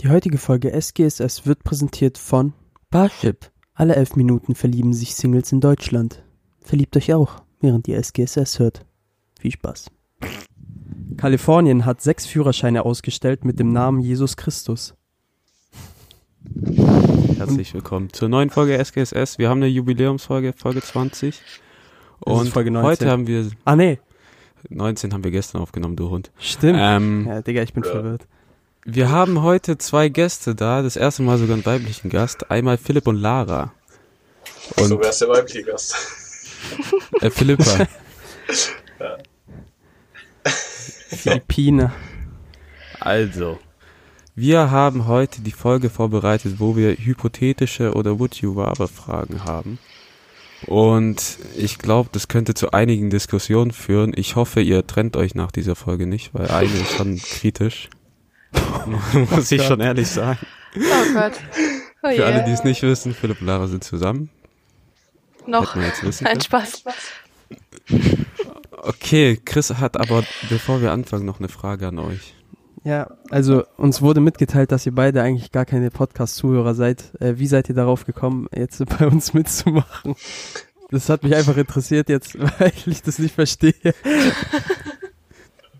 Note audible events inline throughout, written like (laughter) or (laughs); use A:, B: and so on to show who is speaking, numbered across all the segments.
A: Die heutige Folge SGSS wird präsentiert von Barship. Alle elf Minuten verlieben sich Singles in Deutschland. Verliebt euch auch, während ihr SGSS hört. Viel Spaß. Kalifornien hat sechs Führerscheine ausgestellt mit dem Namen Jesus Christus.
B: Herzlich willkommen zur neuen Folge SGSS. Wir haben eine Jubiläumsfolge, Folge 20.
A: ist
B: Und
A: Folge 19.
B: heute haben wir,
A: Ah nee,
B: 19 haben wir gestern aufgenommen, du Hund.
A: stimmt.
B: Ähm,
A: ja, Digga, ich bin verwirrt.
B: Wir haben heute zwei Gäste da, das erste Mal sogar einen weiblichen Gast. Einmal Philipp und Lara. Und
C: Du wärst der weibliche Gast.
B: äh, Philippa.
A: Philippine.
B: also. Wir haben heute die Folge vorbereitet, wo wir hypothetische oder Would You Rather Fragen haben. Und ich glaube, das könnte zu einigen Diskussionen führen. Ich hoffe, ihr trennt euch nach dieser Folge nicht, weil eine ist schon kritisch. (laughs) Muss ich schon ehrlich sagen.
D: Oh Gott. Oh
B: Für
D: je.
B: alle, die es nicht wissen, Philipp und Lara sind zusammen.
D: Noch
B: Hätten wir jetzt wissen
D: ein
B: können.
D: Spaß.
B: Okay, Chris hat aber, bevor wir anfangen, noch eine Frage an euch.
A: Ja, also uns wurde mitgeteilt, dass ihr beide eigentlich gar keine Podcast-Zuhörer seid. Äh, wie seid ihr darauf gekommen, jetzt (laughs) bei uns mitzumachen? Das hat mich einfach interessiert jetzt, (laughs) weil ich das nicht verstehe.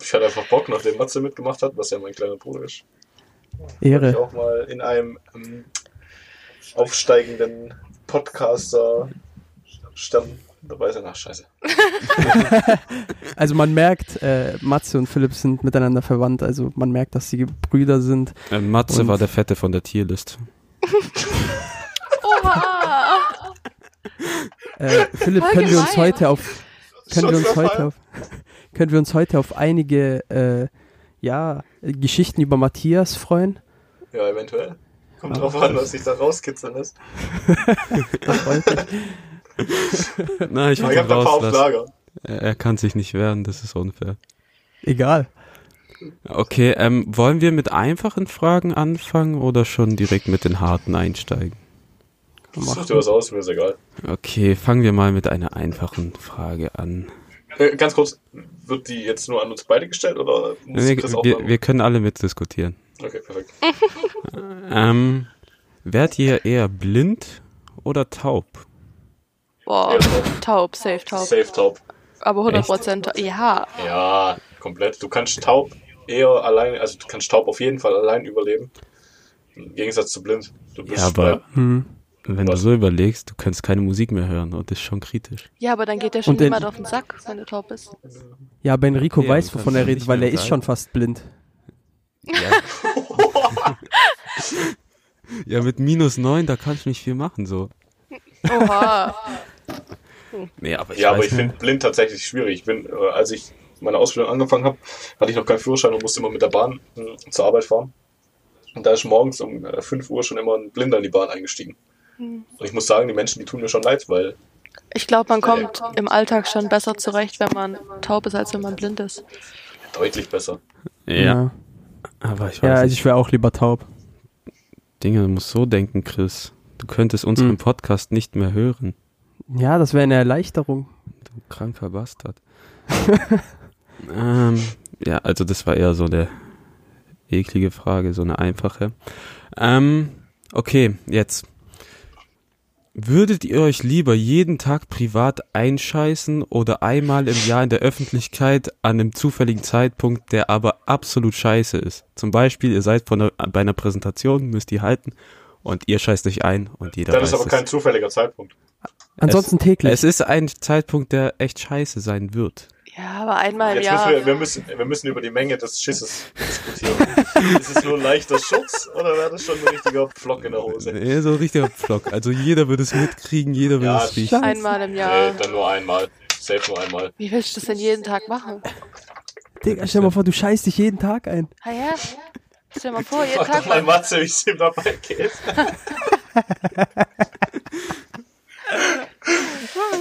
C: Ich hatte einfach Bock, nachdem Matze mitgemacht hat, was ja mein kleiner Bruder ist. Ich
A: Ehre.
C: auch mal in einem ähm, aufsteigenden Podcaster-Stamm dabei sein. Ach, scheiße.
A: Also man merkt, äh, Matze und Philipp sind miteinander verwandt. Also man merkt, dass sie Brüder sind.
B: Äh, Matze
A: Und-
B: war der Fette von der (laughs) Tierlist.
D: Oha.
A: Äh, Philipp,
D: Voll
A: können wir uns
D: gemein.
A: heute auf können wir uns heute auf (laughs) können wir uns heute auf einige äh, ja Geschichten über Matthias freuen?
C: Ja, eventuell. Kommt
A: Ah.
C: drauf an, was sich da rauskitzeln lässt.
A: Das freut mich.
B: Na, ich
C: Ich
B: hab ihn
C: habe da ein paar auf
B: rauslassen.
C: Lager.
B: Er er kann sich nicht wehren, das ist unfair.
A: (laughs) Egal.
B: Okay, ähm, wollen wir mit einfachen Fragen anfangen oder schon direkt mit den harten einsteigen?
C: Such dir was aus, mir ist egal.
B: Okay, fangen wir mal mit einer einfachen Frage an.
C: Äh, ganz kurz, wird die jetzt nur an uns beide gestellt oder muss
B: Wir,
C: Chris auch
B: wir,
C: mal-
B: wir können alle mitdiskutieren.
C: Okay, perfekt.
B: Ähm, wärt ihr eher blind oder taub?
D: Boah, taub, safe taub.
C: Safe taub.
D: Aber 100% taub. Ja.
C: Ja, komplett. Du kannst taub eher allein, also du kannst taub auf jeden Fall allein überleben. Im Gegensatz zu blind. Du bist
B: Ja, aber
A: Hm.
B: wenn du
C: Was?
B: so überlegst, du kannst keine Musik mehr hören und das ist schon kritisch.
D: Ja, aber dann geht dir schon
A: Und den-
D: jemand auf den Sack, wenn du taub bist.
A: Ja, aber Enrico
B: Ja,
A: weiß,
B: dann
A: wovon
B: kannst
A: er
B: du
A: redet,
B: nicht
A: weil
B: mehr
A: er ist
B: sagen.
A: schon fast blind.
B: Ja, (laughs) ja mit minus neun, da kannst du nicht viel machen so.
D: Oha.
B: Nee, aber ich
C: ja, aber
B: weiß
C: ich
B: nicht.
C: finde blind tatsächlich schwierig. Ich bin, äh, als ich meine Ausbildung angefangen habe, hatte ich noch keinen Führerschein und musste immer mit der Bahn mh, zur Arbeit fahren. Und da ist morgens um äh, 5 Uhr schon immer ein Blinder in die Bahn eingestiegen. Und ich muss sagen, die Menschen, die tun mir schon leid, weil
D: Ich glaube, man kommt im Alltag schon besser zurecht, wenn man taub ist, als wenn man blind ist.
C: deutlich besser.
B: Ja, aber ich
A: Ja,
B: weiß
A: also
B: nicht.
A: ich wäre auch lieber taub.
B: Dinge, du musst so denken, Chris. Du könntest unseren
A: Hm.
B: Podcast nicht mehr hören.
A: Ja, das wäre eine Erleichterung.
B: Du kranker Bastard. (laughs) ähm, ja, also das war eher so eine eklige Frage, so eine einfache. Ähm, okay, jetzt. Würdet ihr euch lieber jeden Tag privat einscheißen oder einmal im Jahr in der Öffentlichkeit an einem zufälligen Zeitpunkt, der aber absolut scheiße ist? Zum Beispiel, ihr seid von einer, bei einer Präsentation, müsst ihr halten und ihr scheißt euch ein und jeder
C: das
B: weiß
C: ist aber
B: es.
C: kein zufälliger Zeitpunkt.
A: Ansonsten täglich.
B: Es ist ein Zeitpunkt, der echt scheiße sein wird.
D: Ja, aber einmal im
C: Jetzt müssen wir,
D: Jahr.
C: wir, müssen, wir müssen über die Menge des Schisses diskutieren. (laughs) ist es nur ein leichter Schutz oder wäre das schon ein richtiger Pflock in der Hose?
B: Nee, so ein richtiger Pflock. Also jeder würde es mitkriegen, jeder würde
C: Ja,
B: es riechen.
D: Einmal im
C: Nee,
D: Jahr.
C: dann nur einmal. Safe nur einmal.
D: Wie willst du das denn jeden Tag machen?
A: Digga, stell mal vor, du scheißt dich jeden Tag ein.
D: Ah ja? Stell dir mal vor, jeden
C: Frag doch
D: Tag
C: mal
D: mal.
C: Matze, wie es ihm dabei geht.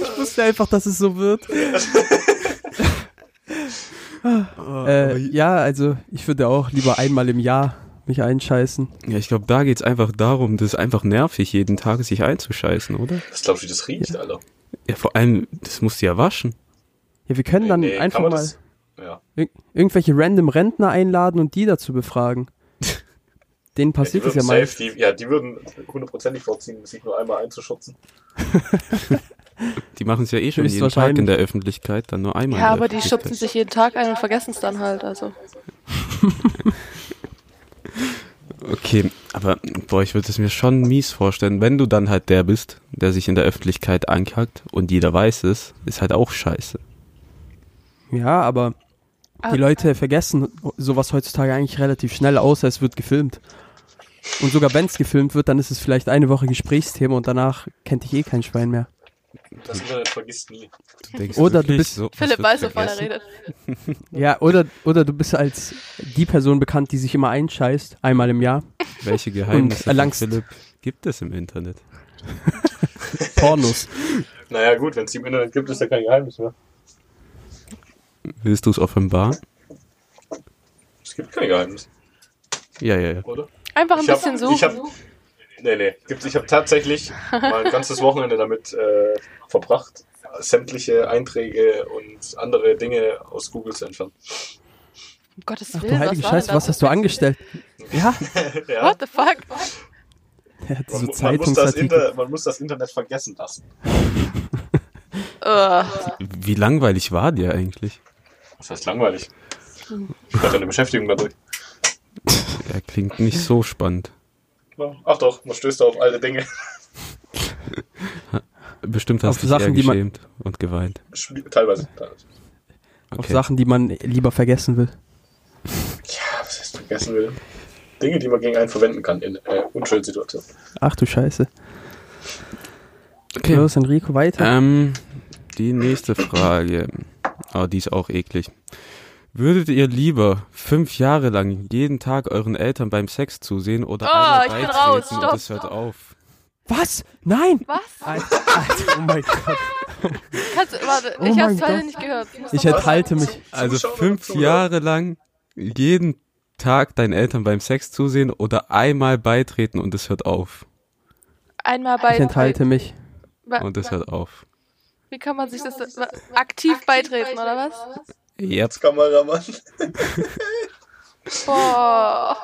A: Ich wusste einfach, dass es so wird. äh, ja, also ich würde auch lieber einmal im Jahr mich einscheißen.
B: Ja, ich glaube, da geht's einfach darum, das ist einfach nervig, jeden Tag sich einzuscheißen, oder?
C: Das glaubst du, wie das riecht, Alter?
B: Ja, vor allem, das musst du ja waschen.
A: Ja, wir können dann
C: Nee, kann
A: einfach
C: man
A: mal
C: das? Ja. (laughs)
A: ir irgendwelche random Rentner einladen und die dazu befragen. Denen passiert
C: die
A: das ja
C: würden
A: mal.
C: safe, die, ja, die würden hundertprozentig vorziehen, sich nur einmal einzuschützen.
B: Die machen es ja eh schon jeden Tag
A: Höchstwahrscheinlich.
B: in der Öffentlichkeit, dann nur einmal.
D: Ja,
B: in der
D: aber die schubsen
B: Öffentlichkeit.
D: sich jeden Tag ein und vergessen es dann halt. Also
B: Okay, aber boah, ich würde es mir schon mies vorstellen, wenn du dann halt der bist, der sich in der Öffentlichkeit ankackt und jeder weiß es, ist halt auch scheiße.
A: Ja, aber
D: Ah.
A: die Leute vergessen sowas heutzutage eigentlich relativ schnell, außer es wird gefilmt. Und sogar wenn es gefilmt wird, dann ist es vielleicht eine Woche Gesprächsthema und danach kennt dich eh kein Schwein mehr.
C: Das
A: Hm.
C: Internet vergisst nie.
B: Du denkst
A: Oder du
B: wirklich,
A: bist-
B: so, was
D: Philipp
B: wird
D: weiß, wovon er
B: vergessen?
D: redet. Ne?
A: Ja, oder, oder du bist als die Person bekannt, die sich immer einscheißt, einmal im Jahr. (laughs)
B: Welche Geheimnisse von
A: erlangst-
B: Philipp gibt es im Internet?
D: (laughs)
A: Pornos.
C: Naja, gut, wenn es die im Internet gibt, ist ja kein Geheimnis mehr.
B: Willst du es offenbaren?
C: Es gibt kein Geheimnis,
B: Ja, ja, ja.
C: oder?
D: Einfach ein
C: Ich hab-
D: bisschen
C: ich hab-
D: suchen.
C: Nee, nee. Gibt's, ich habe tatsächlich mal ein ganzes Wochenende damit äh, verbracht, sämtliche Einträge und andere Dinge aus Google zu entfernen. (laughs)
D: Um Gottes
A: Ach
D: Willen,
A: du heilige
D: was war denn
A: Scheiße, was hast du angestellt? Ja, (laughs)
C: ja.
D: What the fuck?
A: er hat
C: Man,
A: so
C: mu- man, muss das
A: Zeitungsartikel.
C: Inter man muss das Internet vergessen lassen.
D: Ugh.
B: Wie langweilig war dir eigentlich?
C: Das heißt langweilig. Ich hatte eine Beschäftigung dadurch.
B: Er klingt nicht so spannend.
C: Ja, Ach doch, man stößt auf alte Dinge. (laughs)
B: Bestimmt
A: Auf
B: hast du dich
A: Sachen,
B: eher
A: die man-
B: geschämt und geweint.
C: Spiel- Teilweise. teilweise.
A: Auf
B: Okay.
A: Sachen, die man lieber vergessen will.
C: Ja, was heißt vergessen will? Dinge, die man gegen einen verwenden kann in äh, unschönen Situationen.
A: Ach du Scheiße.
B: Okay.
A: Los, Enrico, weiter.
B: Ähm, die nächste Frage. Oh, die ist auch eklig. Würdet ihr lieber fünf Jahre lang jeden Tag euren Eltern beim Sex zusehen oder
D: Oh,
B: einmal
D: ich bin
B: beitreten
D: raus. Stopp,
B: und es hört auf?
A: Was? Nein!
D: (laughs) Was?
A: Alter, Alter, oh mein Gott.
D: (laughs) Kannst du, warte,
A: Oh
D: ich hab's
A: mein
D: leider
A: Gott.
D: nicht gehört. Du musst
A: Ich
D: noch mal
A: enthalte
D: sagen.
A: mich.
B: Also
C: Zuschauer oder
B: fünf
C: Zuhörer?
B: Jahre lang jeden Tag deinen Eltern beim Sex zusehen oder einmal beitreten und es hört auf.
D: Einmal bei.
A: Ich enthalte mich.
D: Wa-
B: Und es hört auf.
D: Wie kann man sich das wa- aktiv beitreten, oder was?
B: Yep.
C: Kameramann.
D: Boah.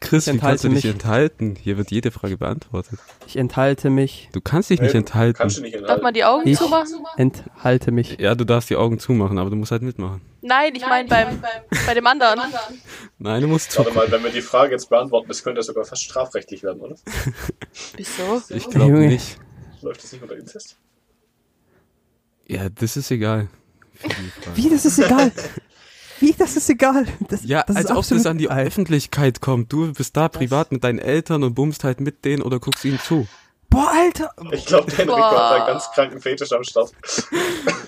B: Chris,
A: Ich
B: wie kannst
A: enthalte
B: du dich
A: mich.
B: enthalten? Hier wird jede Frage beantwortet.
A: Ich enthalte mich.
B: Du kannst dich nicht enthalten.
C: Kannst du nicht
D: Darf
C: enthalten.
D: man die Augen
A: Ich-
D: zumachen?
A: Enthalte mich.
B: Ja, du darfst die Augen zumachen, aber du musst halt mitmachen.
D: Nein, ich meine beim, bei dem anderen. (laughs)
B: Nein, du musst
C: Warte
B: zugucken.
C: mal, wenn wir die Frage jetzt beantworten, das könnte ja sogar fast strafrechtlich werden, oder?
D: Wieso?
B: Ich
A: Junge.
B: glaube nicht.
C: Läuft das nicht unter Inzest?
B: Ja, das ist egal. Für die Frage.
A: Wie, das ist egal. Wie, das ist egal. Das,
B: Ja,
A: das
B: als
A: ist
B: ob
A: absolut
B: das an die Öffentlichkeit kommt. Du bist da privat mit deinen Eltern und bummst halt mit denen oder guckst ihnen zu.
A: Boah, Alter.
C: Ich glaube, der Enrico
D: Boah.
C: hat da einen ganz kranken Fetisch am Start.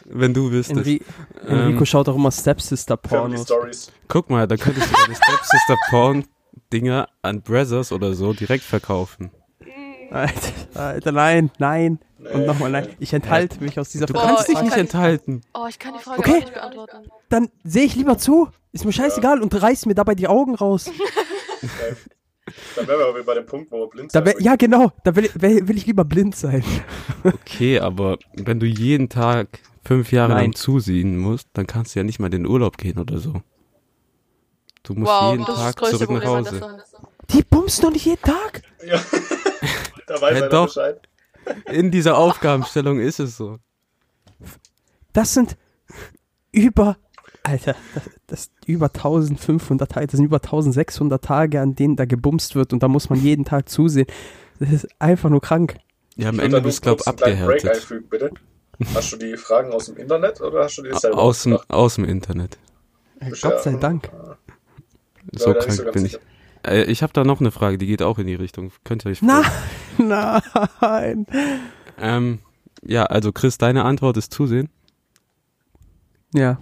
B: Wenn du bist.
A: Enri
B: Ähm,
A: Enrico schaut auch immer
C: Family
A: Stepsister-Pornos.
C: Stories.
B: Guck mal, da könntest du
D: (laughs)
B: deine Stepsister-Porn-Dinger an Brothers oder so direkt verkaufen.
A: Alter, Alter, nein, nein. Und nochmal nein. Ich enthalte mich aus dieser
B: Du
D: Boah,
B: kannst dich
D: ich
B: nicht
D: kann-
B: enthalten.
D: Oh, ich kann die Frage
A: Okay.
D: auch nicht beantworten.
A: Dann sehe ich lieber zu. Ist mir scheißegal und reiß mir dabei die Augen raus.
C: Dann wären wir aber wieder bei dem Punkt, wo wir blind
A: Da
C: sein.
A: wär, ja, genau. Da will, will, will ich lieber blind sein.
B: Okay, aber wenn du jeden Tag fünf Jahre
A: Nein.
B: lang zusehen musst, dann kannst du ja nicht mal in den Urlaub gehen oder so. Du musst
D: Wow,
B: jeden
D: das ist das
B: Tag
D: größte
B: zurück nach
D: Problem an
B: Hause.
D: der Sache.
A: Die bumst doch nicht jeden Tag.
C: Ja. da weiß
B: Ja,
C: einer
B: doch.
C: Bescheid.
B: In dieser Aufgabenstellung ist es so.
A: Das sind über, Alter, das, das sind über 1500 Tage, das sind über 1600 Tage, an denen da gebumst wird und da muss man jeden Tag zusehen. Das ist einfach nur krank.
B: Ja, am
C: Ich würd da
B: Ende
C: nur
B: bist du, glaub
C: kurz einen kleinen Break
B: abgehärtet.
C: einfügen, bitte. Hast du die Fragen aus dem Internet oder hast du die selber
B: Aus dem,
C: ausgedacht?
B: aus dem Internet.
A: Gott sei Dank.
C: Ja,
B: So
C: da
B: krank
C: bist du ganz
B: bin ich.
C: sicher.
B: Äh, ich habe da noch eine Frage, die geht auch in die Richtung. Könnt ihr euch
A: Na, (laughs)
B: freuen.
A: nein.
B: Ähm, ja, also Chris, deine Antwort ist zusehen.
A: Ja,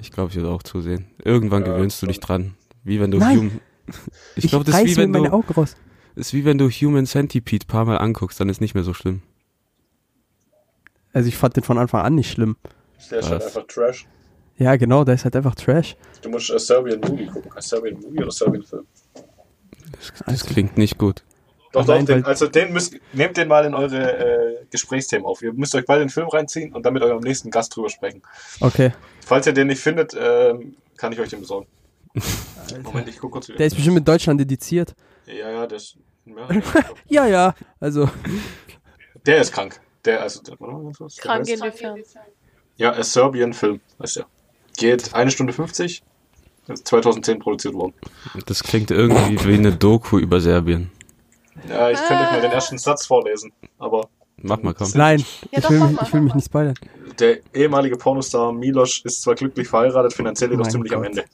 B: Ich glaube, ich würde auch zusehen. Irgendwann
C: Ja,
B: gewöhnst du dich dran. Wie wenn du
A: Nein.
B: Human. Ich
A: ich,
B: glaube, das
A: reiß
B: ist wie,
A: mir
B: wenn
A: meine
B: du,
A: Augen raus.
B: ist wie wenn du Human Centipede paar Mal anguckst, dann ist nicht mehr so schlimm.
A: Also ich fand den von Anfang an nicht schlimm.
C: Der ist halt
B: Was?
C: einfach Trash.
A: Ja, genau, der ist halt einfach Trash.
C: Du musst äh, Serbian Movie gucken. Heißt Serbian Movie oder Serbian Film?
B: Das, das
A: Also-
B: klingt nicht gut.
C: Doch,
A: Allein,
C: doch, den,
A: weil-
C: also den müsst, nehmt den mal in eure äh, Gesprächsthemen auf. Ihr müsst euch mal den Film reinziehen und dann mit eurem nächsten Gast drüber sprechen.
A: Okay.
C: Falls ihr den nicht findet, ähm, kann ich euch den besorgen. Moment, ich guck kurz wieder.
A: Der ist bestimmt in Deutschland indiziert.
C: ja, ja, der ist. Ja,
A: Ja, ja. Also, (laughs)
C: der ist krank. Der, also, der, warte mal ganz kurz. Der
D: Kram
C: heißt-
D: gehen wir fern.
C: Ja, A Serbian Film heißt der. Geht eine Stunde 50. Ist 2010 produziert worden.
B: Das klingt irgendwie wie eine Doku über Serbien.
C: Ja, ich könnte euch mal den ersten Satz vorlesen, aber
B: Mach mal, komm.
A: nein.
D: Ja,
A: ich
D: doch,
A: will,
D: mach
A: mich,
D: mal,
A: ich will
D: mach
A: mich
D: mal.
A: nicht spoilern.
C: der ehemalige Pornostar Milos ist zwar glücklich verheiratet, finanziell jedoch
A: Mein
C: ziemlich am
A: Gott.
C: Ende.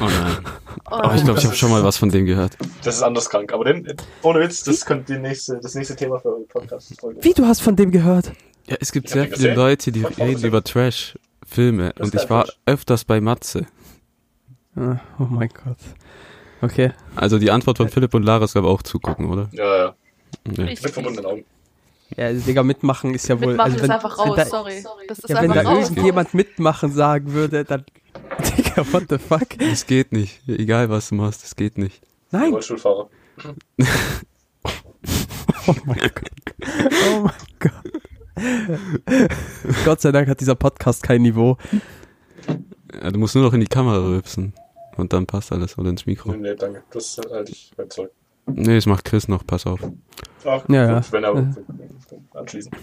B: Oh nein.
D: Oh,
B: Aber ich glaube, ich habe schon mal was von dem gehört.
C: Das ist anders krank, aber den, ohne Witz, das könnte die nächste, das nächste Thema für eure Podcast-Folge.
A: Wie, du hast von dem gehört?
B: Ja, es gibt
C: Ich hab
B: sehr
C: den
B: viele
C: gesehen.
B: Leute, die
C: Voll voll
B: reden
C: gesehen.
B: über Trash-Filme.
C: Das
B: Und
C: ist
B: ich war
C: Trash.
B: öfters bei Matze.
A: Ah, Oh mein Gott. Okay.
B: Also die Antwort von Philipp und Lara ist, glaube ich, auch zugucken, oder?
C: Ja, ja,
B: Nee.
D: Ich-
C: mit verbundenen Augen.
A: Ja, also, Digga, mitmachen ist ja wohl.
D: Mitmachen
A: also,
D: ist einfach raus,
A: wenn da,
D: sorry. Das ist
A: Ja, wenn
D: einfach
A: da
D: raus.
A: irgendjemand mitmachen sagen würde, dann. (laughs) Digga, what the fuck?
B: Es geht nicht. Egal, was du machst, es geht nicht.
A: Nein.
C: Rollstuhlfahrer.
A: Oh mein Gott. Oh mein Gott. Gott sei Dank hat dieser Podcast kein Niveau.
B: Ja, Du musst nur noch in die Kamera rübsen. Und dann passt alles. Oder ins
C: Nee,
B: Mikro.
C: nee, danke. Das äh, halte ich beim Zeug.
B: Nee, das macht Chris noch. Pass auf.
C: Ach,
A: Ja, ja.
C: gut, wenn er
A: Ja.
C: anschließend.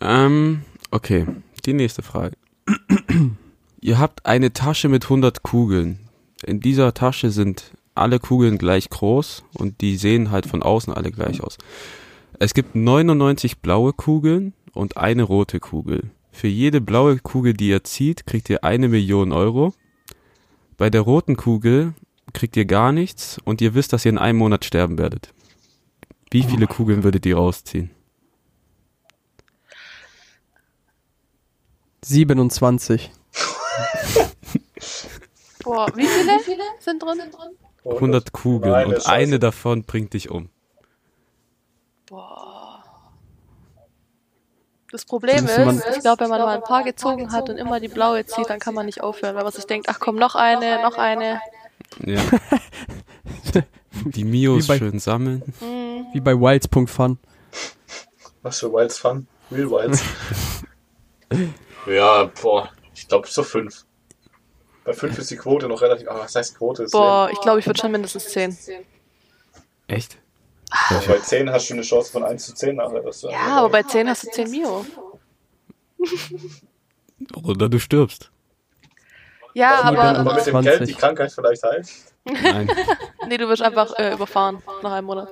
B: Ähm, okay. Die nächste Frage. Ihr habt eine Tasche mit 100 Kugeln. In dieser Tasche sind alle Kugeln gleich groß und die sehen halt von außen alle gleich aus. Es gibt 99 blaue Kugeln und eine rote Kugel. Für jede blaue Kugel, die ihr zieht, kriegt ihr eine Million Euro. Bei der roten Kugel kriegt ihr gar nichts und ihr wisst, dass ihr in einem Monat sterben werdet. Wie viele Kugeln würdet ihr rausziehen?
A: 27.
D: Boah, wie viele, sind drin?
C: Oh,
B: 100 Kugeln
C: Nein, das
B: und
C: ist scheiße.
B: eine davon bringt dich um.
D: Das Problem
A: Müsste man-
D: ist, ich glaube, wenn man mal ein paar gezogen hat und immer die blaue zieht, dann kann man nicht aufhören, weil man sich denkt, ach komm, noch eine, noch eine.
A: (laughs)
B: Ja. Die Mios
A: Wie bei-
B: schön sammeln.
A: Wie bei Wilds.fun.
C: Was für Wilds Fun? Real Wilds. (laughs) ja, boah, ich glaube so fünf. Bei fünf ist die Quote noch relativ. Aber was heißt Quote? Ist
D: Boah, Oh, ich glaube, ich würde schon mindestens zehn.
B: Echt?
A: Ah.
C: lame. Bei zehn hast du eine Chance von 1 zu 10 nachher. Dass du
D: Ja, aber bei zehn hast du zehn Mio.
B: Oder du stirbst.
D: Ja,
A: Aber dann
D: aber.
C: aber mit dem
A: 20.
C: Geld die Krankheit vielleicht halt, heilt.
B: Nein.
D: Nee, du wirst einfach äh, überfahren nach einem Monat.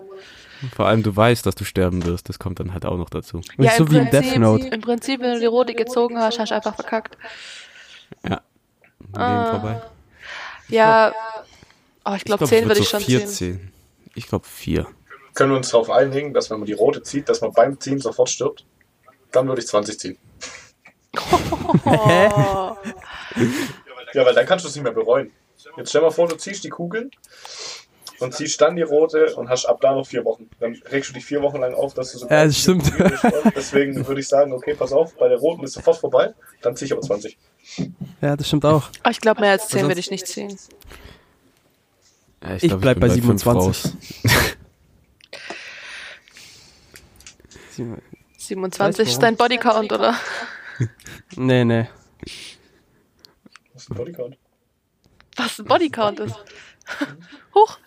B: Vor allem du weißt, dass du sterben wirst. Das kommt dann halt auch noch dazu.
A: Das ist so
D: im
A: wie in
D: Prinzip-
A: Death Note.
D: Im Prinzip, wenn du die rote gezogen hast, hast du einfach verkackt.
B: Leben
D: Ah.
B: vorbei.
D: Ja. Oh, ich glaube,
B: glaub,
D: zehn
B: es
D: würde ich
B: so
D: schon ziehen.
B: 14. Ich glaube 4.
C: Können wir uns darauf einigen, dass wenn man die rote zieht, dass man beim Ziehen sofort stirbt? Dann würde ich 20 ziehen.
D: Oh.
C: Ja, weil dann kannst du es nicht mehr bereuen. Jetzt stell mal vor, du ziehst die Kugeln und ziehst dann die rote und hast ab da noch vier Wochen. Dann regst du dich vier Wochen lang auf, dass du so.
A: Ja, das stimmt.
C: Deswegen würde ich sagen, okay, pass auf, bei der roten ist sofort vorbei, dann ziehe ich aber 20.
A: Ja, das stimmt auch.
D: Ich glaube, mehr als zehn würde ich nicht ziehen.
B: Ja,
A: Ich
B: glaub,
A: bleib
B: bin
A: bei
B: fünf
A: 27. Nee,
D: 27
A: Weißt
D: ist
A: du,
D: dein Bodycount, oder?
A: nee.
C: Das ist ein Bodycount.
D: Was ein Bodycount ist. Huch.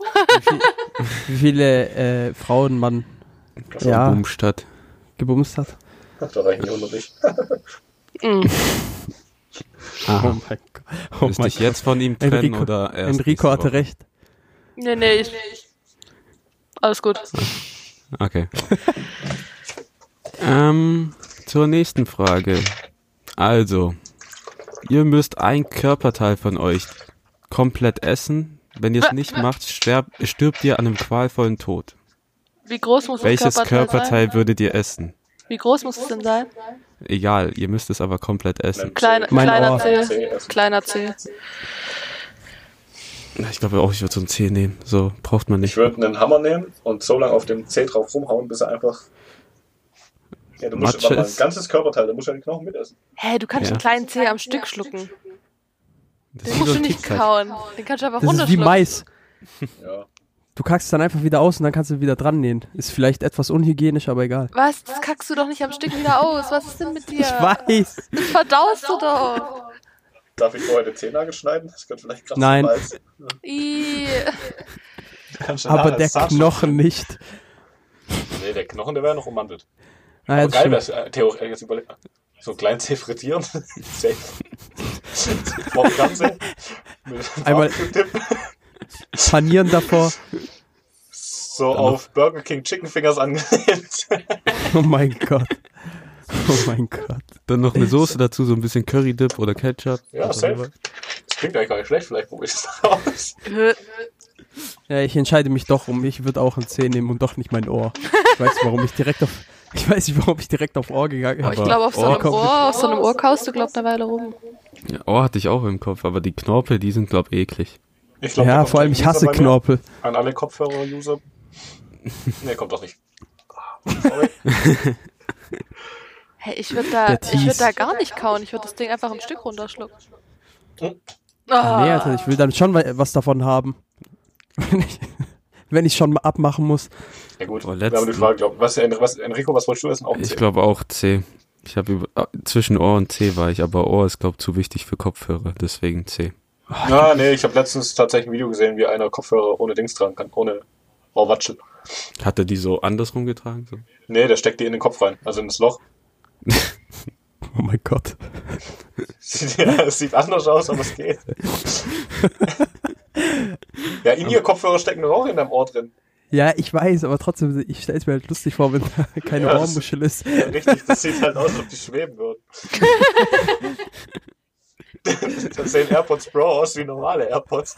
A: Wie viele äh, Frauen man
B: raus.
A: ja,
B: Boomstadt.
A: gebumst hat.
C: Ach, Da reichen die 100 nicht. Ah.
A: Oh
B: Aha.
A: mein Gott. Oh
B: Müsste
A: mein
B: ich jetzt von ihm trennen
A: Enrico,
B: oder erst
A: Enrico
B: nächste
A: hatte
B: Woche?
A: recht.
D: Nee, nee, ich. Alles gut.
B: Okay. ähm, zur nächsten Frage. Also, ihr müsst ein Körperteil von euch komplett essen. Wenn ihr es nicht macht, sterb, stirbt ihr an einem qualvollen Tod.
D: Wie groß muss
B: Welches
D: das
B: Körperteil,
D: sein?
B: würdet ihr essen?
D: Wie groß muss es denn sein?
B: Egal, ihr müsst es aber komplett essen.
D: Klein,
A: Mein
D: kleiner
A: Ohr.
D: C. Kleiner C.
B: Ich glaube auch, ich würde so ein C nehmen. So, braucht man
C: Ich
B: nicht.
C: würde einen Hammer nehmen und so lange auf dem C drauf rumhauen, bis er einfach. Ja, du musst
B: Matsche
C: warte mal, ein
B: ist-
C: ganzes Körperteil, da musst du ja den Knochen mitessen.
D: Hä, du kannst
B: Ja.
D: einen kleinen Zeh am Stück schlucken.
B: Das
D: Den musst du nicht
B: Tiefkalt.
D: kauen. Den kannst du einfach
A: Das ist wie
D: runterschlucken.
A: Mais.
C: Ja.
A: Du kackst es dann einfach wieder aus und dann kannst du wieder dran nähen. Ist vielleicht etwas unhygienisch, aber egal.
D: Was? Das Äh. kackst du doch nicht am Stück wieder aus. Was ist denn mit dir?
A: Ich weiß.
D: Oh, Das verdaust du doch.
C: Darf ich vorher den Zehennagel schneiden? Das könnte vielleicht krass
A: Nein.
C: Weiß.
D: Ih,
C: Du kannst schon-
A: Aber
C: Ah,
A: der
C: das Sascha-
A: Knochen nicht.
C: Nee, der Knochen, der wäre noch ummantelt.
A: Naja,
C: Aber
A: Ah, das
C: geil
A: stimmt.
C: wär's, äh, theoretisch jetzt überlegt. So einen kleinen Zeh frittieren. (laughs) Safe. Vor dem Ganze. Mit
A: (laughs) Einmal-
C: Barbecue-Dip.
A: Panieren davor.
C: So auf Burger King Chicken Fingers angelehnt. (laughs)
A: Oh mein Gott. Oh mein Gott.
B: Dann noch eine Soße dazu, so ein bisschen Curry Dip oder Ketchup.
C: Ja,
B: Was auch immer.
C: safe. Das klingt eigentlich gar nicht schlecht, vielleicht probiere ich das (laughs) aus.
D: hö,
A: Ja, ich entscheide mich doch um. Ich würde auch ein Zeh nehmen und doch nicht mein Ohr. Ich weiß, warum ich direkt auf. (laughs) Ich weiß nicht, warum ich direkt auf Ohr gegangen
D: oh,
A: bin.
D: ich glaube, auf, so
B: Ohr
D: einem
A: kommt-
D: Ohr, auf so einem Ohr kaust du, glaub, eine Weile rum.
B: Ja, oh, hatte ich auch im Kopf, aber die Knorpel, die sind, glaube ich, eklig.
C: Ich glaub, da
A: Ja,
C: kommt
A: vor allem
C: ein
A: ich
C: User
A: hasse
C: bei mir.
A: Knorpel.
C: An alle Kopfhörer-User. Nee, kommt doch nicht. Sorry.
D: Hey, ich würde da,
A: Der
D: ich
A: Tease.
D: würd da gar nicht kauen. Ich würde das Ding einfach im Stück runterschlucken.
C: Hm?
A: Ah. Nee, Alter, ich will dann schon wa- was davon haben. (laughs) Wenn ich, wenn ich schon mal abmachen muss.
C: Ja gut,
A: Oh,
B: Boah,
C: wir haben die
B: letzten.
C: Frage, glaub, was, Enri- was, Enrico, was wolltest du essen? Auch
B: Ich
C: Zeh.
B: glaube auch C. Ich habe über ah, zwischen Ohr und C war ich, aber Ohr ist, glaube ich, zu wichtig für Kopfhörer, deswegen C.
C: Ah, nee, ich habe letztens tatsächlich ein Video gesehen, wie einer Kopfhörer ohne Dings tragen kann, ohne Rauwatschel.
B: Hat er die so andersrum getragen? So?
C: Nee, der steckt die in den Kopf rein, also in das Loch. (laughs)
A: Oh mein Gott.
C: Sieht, ja, es sieht anders aus, aber es
A: (laughs)
C: geht. ja, in ihr Kopfhörer stecken doch auch in deinem Ohr drin.
A: Ja, ich weiß, aber trotzdem, ich stelle es mir halt lustig vor, wenn da keine
C: Ja, das-
A: Ohrmuschel ist.
C: Ja, richtig, das sieht halt aus, als ob die
A: (laughs)
C: schweben würden. das sehen AirPods Pro aus wie normale AirPods.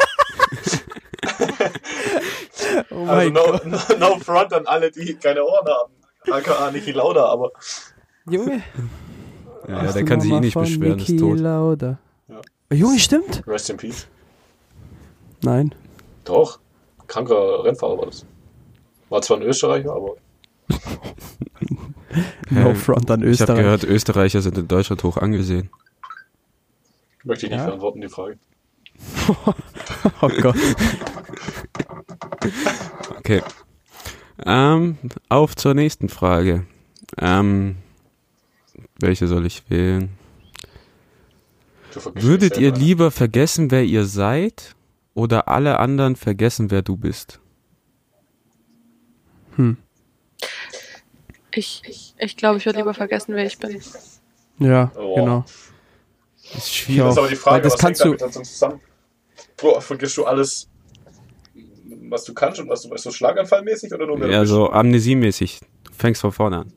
A: Oh
C: Also
A: mein
C: no,
A: Gott.
C: no, no front an alle, die keine Ohren haben. AKA Niki Lauda, aber
A: Junge.
B: Ja, ja, der kann sich eh nicht beschweren, ist tot.
A: Lauda.
C: Ja.
A: Junge, stimmt.
C: rest in peace.
A: Nein.
C: Doch, kranker Rennfahrer war das. War zwar ein Österreicher, aber
A: No
B: Ähm,
A: front an
B: Ich habe
A: Österreich.
B: gehört, Österreicher sind in Deutschland hoch angesehen.
C: möchte ich nicht
A: Ja.
C: beantworten, die Frage.
A: (laughs) Oh Gott.
B: Okay. Ähm, auf zur nächsten Frage. Ähm, welche soll ich wählen?
C: Du vergisst
B: Würdet
C: mich
B: ihr
C: selber.
B: lieber vergessen, wer ihr seid, oder alle anderen vergessen, wer du bist?
D: Ich ich, ich, glaube, ich würde lieber vergessen, wer ich bin.
A: Ja,
C: Oh.
A: genau.
B: Ist
C: Das
A: Ja.
B: schwierig.
C: ist aber die Frage,
A: Weil das
C: was hängt
A: kannst du-
C: damit dann zusammen? Boah, vergisst du alles, was du kannst und was du weißt, so schlaganfallmäßig oder nur wer du
B: Ja,
C: bist?
B: so amnesiemäßig. Du fängst von vorne an.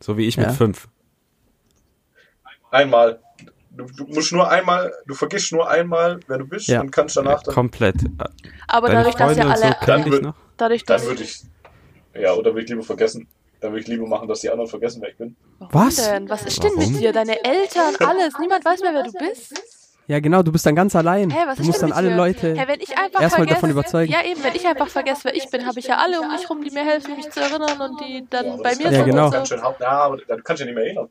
B: So wie ich
A: Ja.
B: mit fünf.
C: Einmal. Du, du musst nur einmal, du vergisst nur einmal, wer du bist
A: Ja.
C: und kannst danach dann.
B: Komplett.
D: Aber
B: Deine
D: dadurch, dass
B: Freunde
D: ja
B: und so
D: alle,
B: kennen dich
C: Dann-
B: noch.
D: dadurch,
C: Dann
D: dass
C: würde ich. Ja, oder würde ich lieber vergessen. Dann würde ich lieber machen, dass die anderen vergessen, wer ich bin.
D: Warum
A: Was?
D: Denn? Was ist denn
B: Warum?
D: mit dir? Deine Eltern, alles. Niemand weiß mehr, wer du bist.
A: Ja, genau, du bist dann ganz allein.
D: Hey, was
A: du
D: ist
A: musst
D: denn
A: dann alle
D: mit dir?
A: Leute.
D: Hey, wenn ich einfach
A: erstmal
D: vergesse,
A: davon überzeugen.
D: Ja, eben, wenn ich einfach vergesse, wer ich bin, habe ich ja alle um mich rum, die mir helfen, mich zu erinnern und die dann
C: Ja, aber
D: bei
C: das
D: mir
C: ist
A: Ja,
D: sind.
A: genau.
D: Und
C: Ganz
D: so.
C: schön hart. Ja, aber du kannst dich ja nicht mehr erinnern.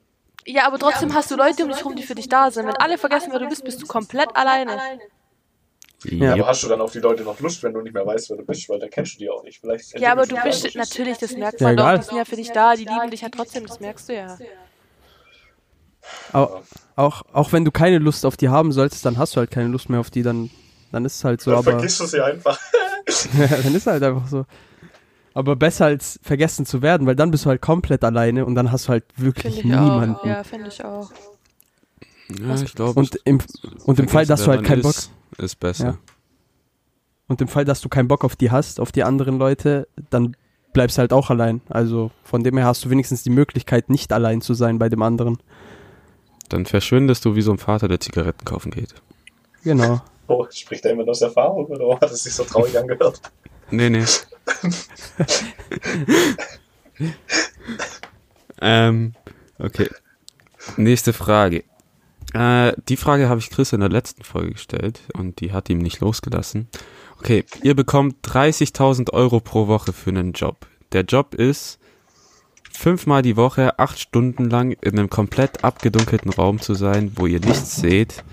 D: Ja, aber trotzdem hast du Leute um dich rum, die für dich da sind. Wenn alle vergessen, wer du bist, bist du komplett alleine.
A: Ja.
C: Aber hast du dann auf die Leute noch Lust, wenn du nicht mehr weißt, wer du bist, weil dann kennst du die auch nicht. Vielleicht
D: Ja, aber du
C: entwickelst
D: bist
C: dich anders.
D: natürlich, das merkt
A: Ja,
D: man doch.
A: egal.
D: Die sind ja für dich da, die lieben dich ja trotzdem, das merkst du ja.
A: Au- auch, auch wenn du keine Lust auf die haben solltest, dann hast du halt keine Lust mehr auf die, dann, dann ist es halt so.
C: Dann
A: aber
C: vergisst du sie einfach.
A: (laughs) dann ist halt einfach so. Aber besser als vergessen zu werden, weil dann bist du halt komplett alleine und dann hast du halt
D: Finde
A: wirklich
D: ich auch.
A: niemanden.
D: Ja, finde ich auch.
B: Ja, ich glaube.
A: Und im, und im Fall, dass du halt keinen Bock,
B: ist, ist besser.
A: und im Fall, dass du keinen Bock auf die hast, auf die anderen Leute, dann bleibst du halt auch allein. Also von dem her hast du wenigstens die Möglichkeit, nicht allein zu sein bei dem anderen.
B: Dann verschwindest du wie so ein Vater, der Zigaretten kaufen geht.
A: Genau.
C: Oh, spricht er immer aus Erfahrung oder hat es sich so traurig angehört?
B: Nee, nee. ähm, okay. Nächste Frage. Äh, die Frage habe ich Chris in der letzten Folge gestellt und die hat ihm nicht losgelassen. Okay, ihr bekommt 30.000 Euro pro Woche für einen Job. Der Job ist, fünfmal die Woche, acht Stunden lang in einem komplett abgedunkelten Raum zu sein, wo ihr nichts seht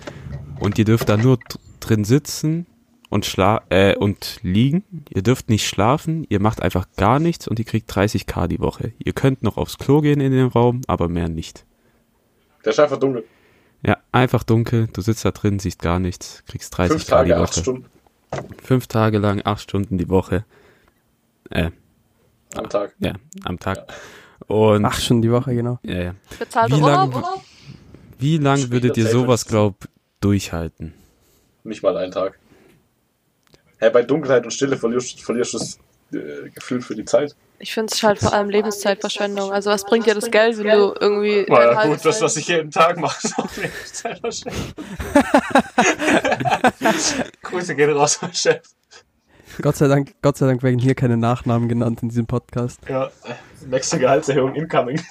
B: und ihr dürft da nur dr- drin sitzen und, schla äh, und liegen. Ihr dürft nicht schlafen, ihr macht einfach gar nichts und ihr kriegt 30k die Woche. Ihr könnt noch aufs Klo gehen in den Raum, aber mehr nicht.
C: Der ist einfach dunkel.
B: Ja, einfach dunkel, du sitzt da drin, siehst gar nichts, kriegst 30
C: Fünf
B: Grad die
C: Tage, acht
B: Woche.
C: Stunden
B: Fünf Tage lang, acht Stunden die Woche. Äh,
C: am Tag.
B: ja, am Tag. Und
A: Ach, schon die Woche, genau.
B: ja, ja.
D: Bezahlter
B: Wie
D: Urlaub,
B: lang-
D: Urlaub?
B: Wie lange
C: Später
B: würdet ihr
C: selber.
B: sowas, glaub, durchhalten?
C: Nicht mal einen Tag. Hä, bei Dunkelheit und Stille verlierst, verlierst du das äh, Gefühl für die Zeit.
D: Ich finde es halt vor allem Lebenszeitverschwendung. Also was bringt dir das Geld, wenn du irgendwie... dein
C: Ja,
D: halbes
C: gut, das,
D: Leben-
C: was ich jeden Tag (laughs) mache, ist auch nicht
B: (laughs)
C: Zeitverschwendung. Grüße gehen raus, mein Chef.
A: Gott sei Dank, Gott sei Dank werden hier keine Nachnamen genannt in diesem Podcast.
C: Ja, nächste
B: (laughs)
C: Gehaltserhöhung incoming.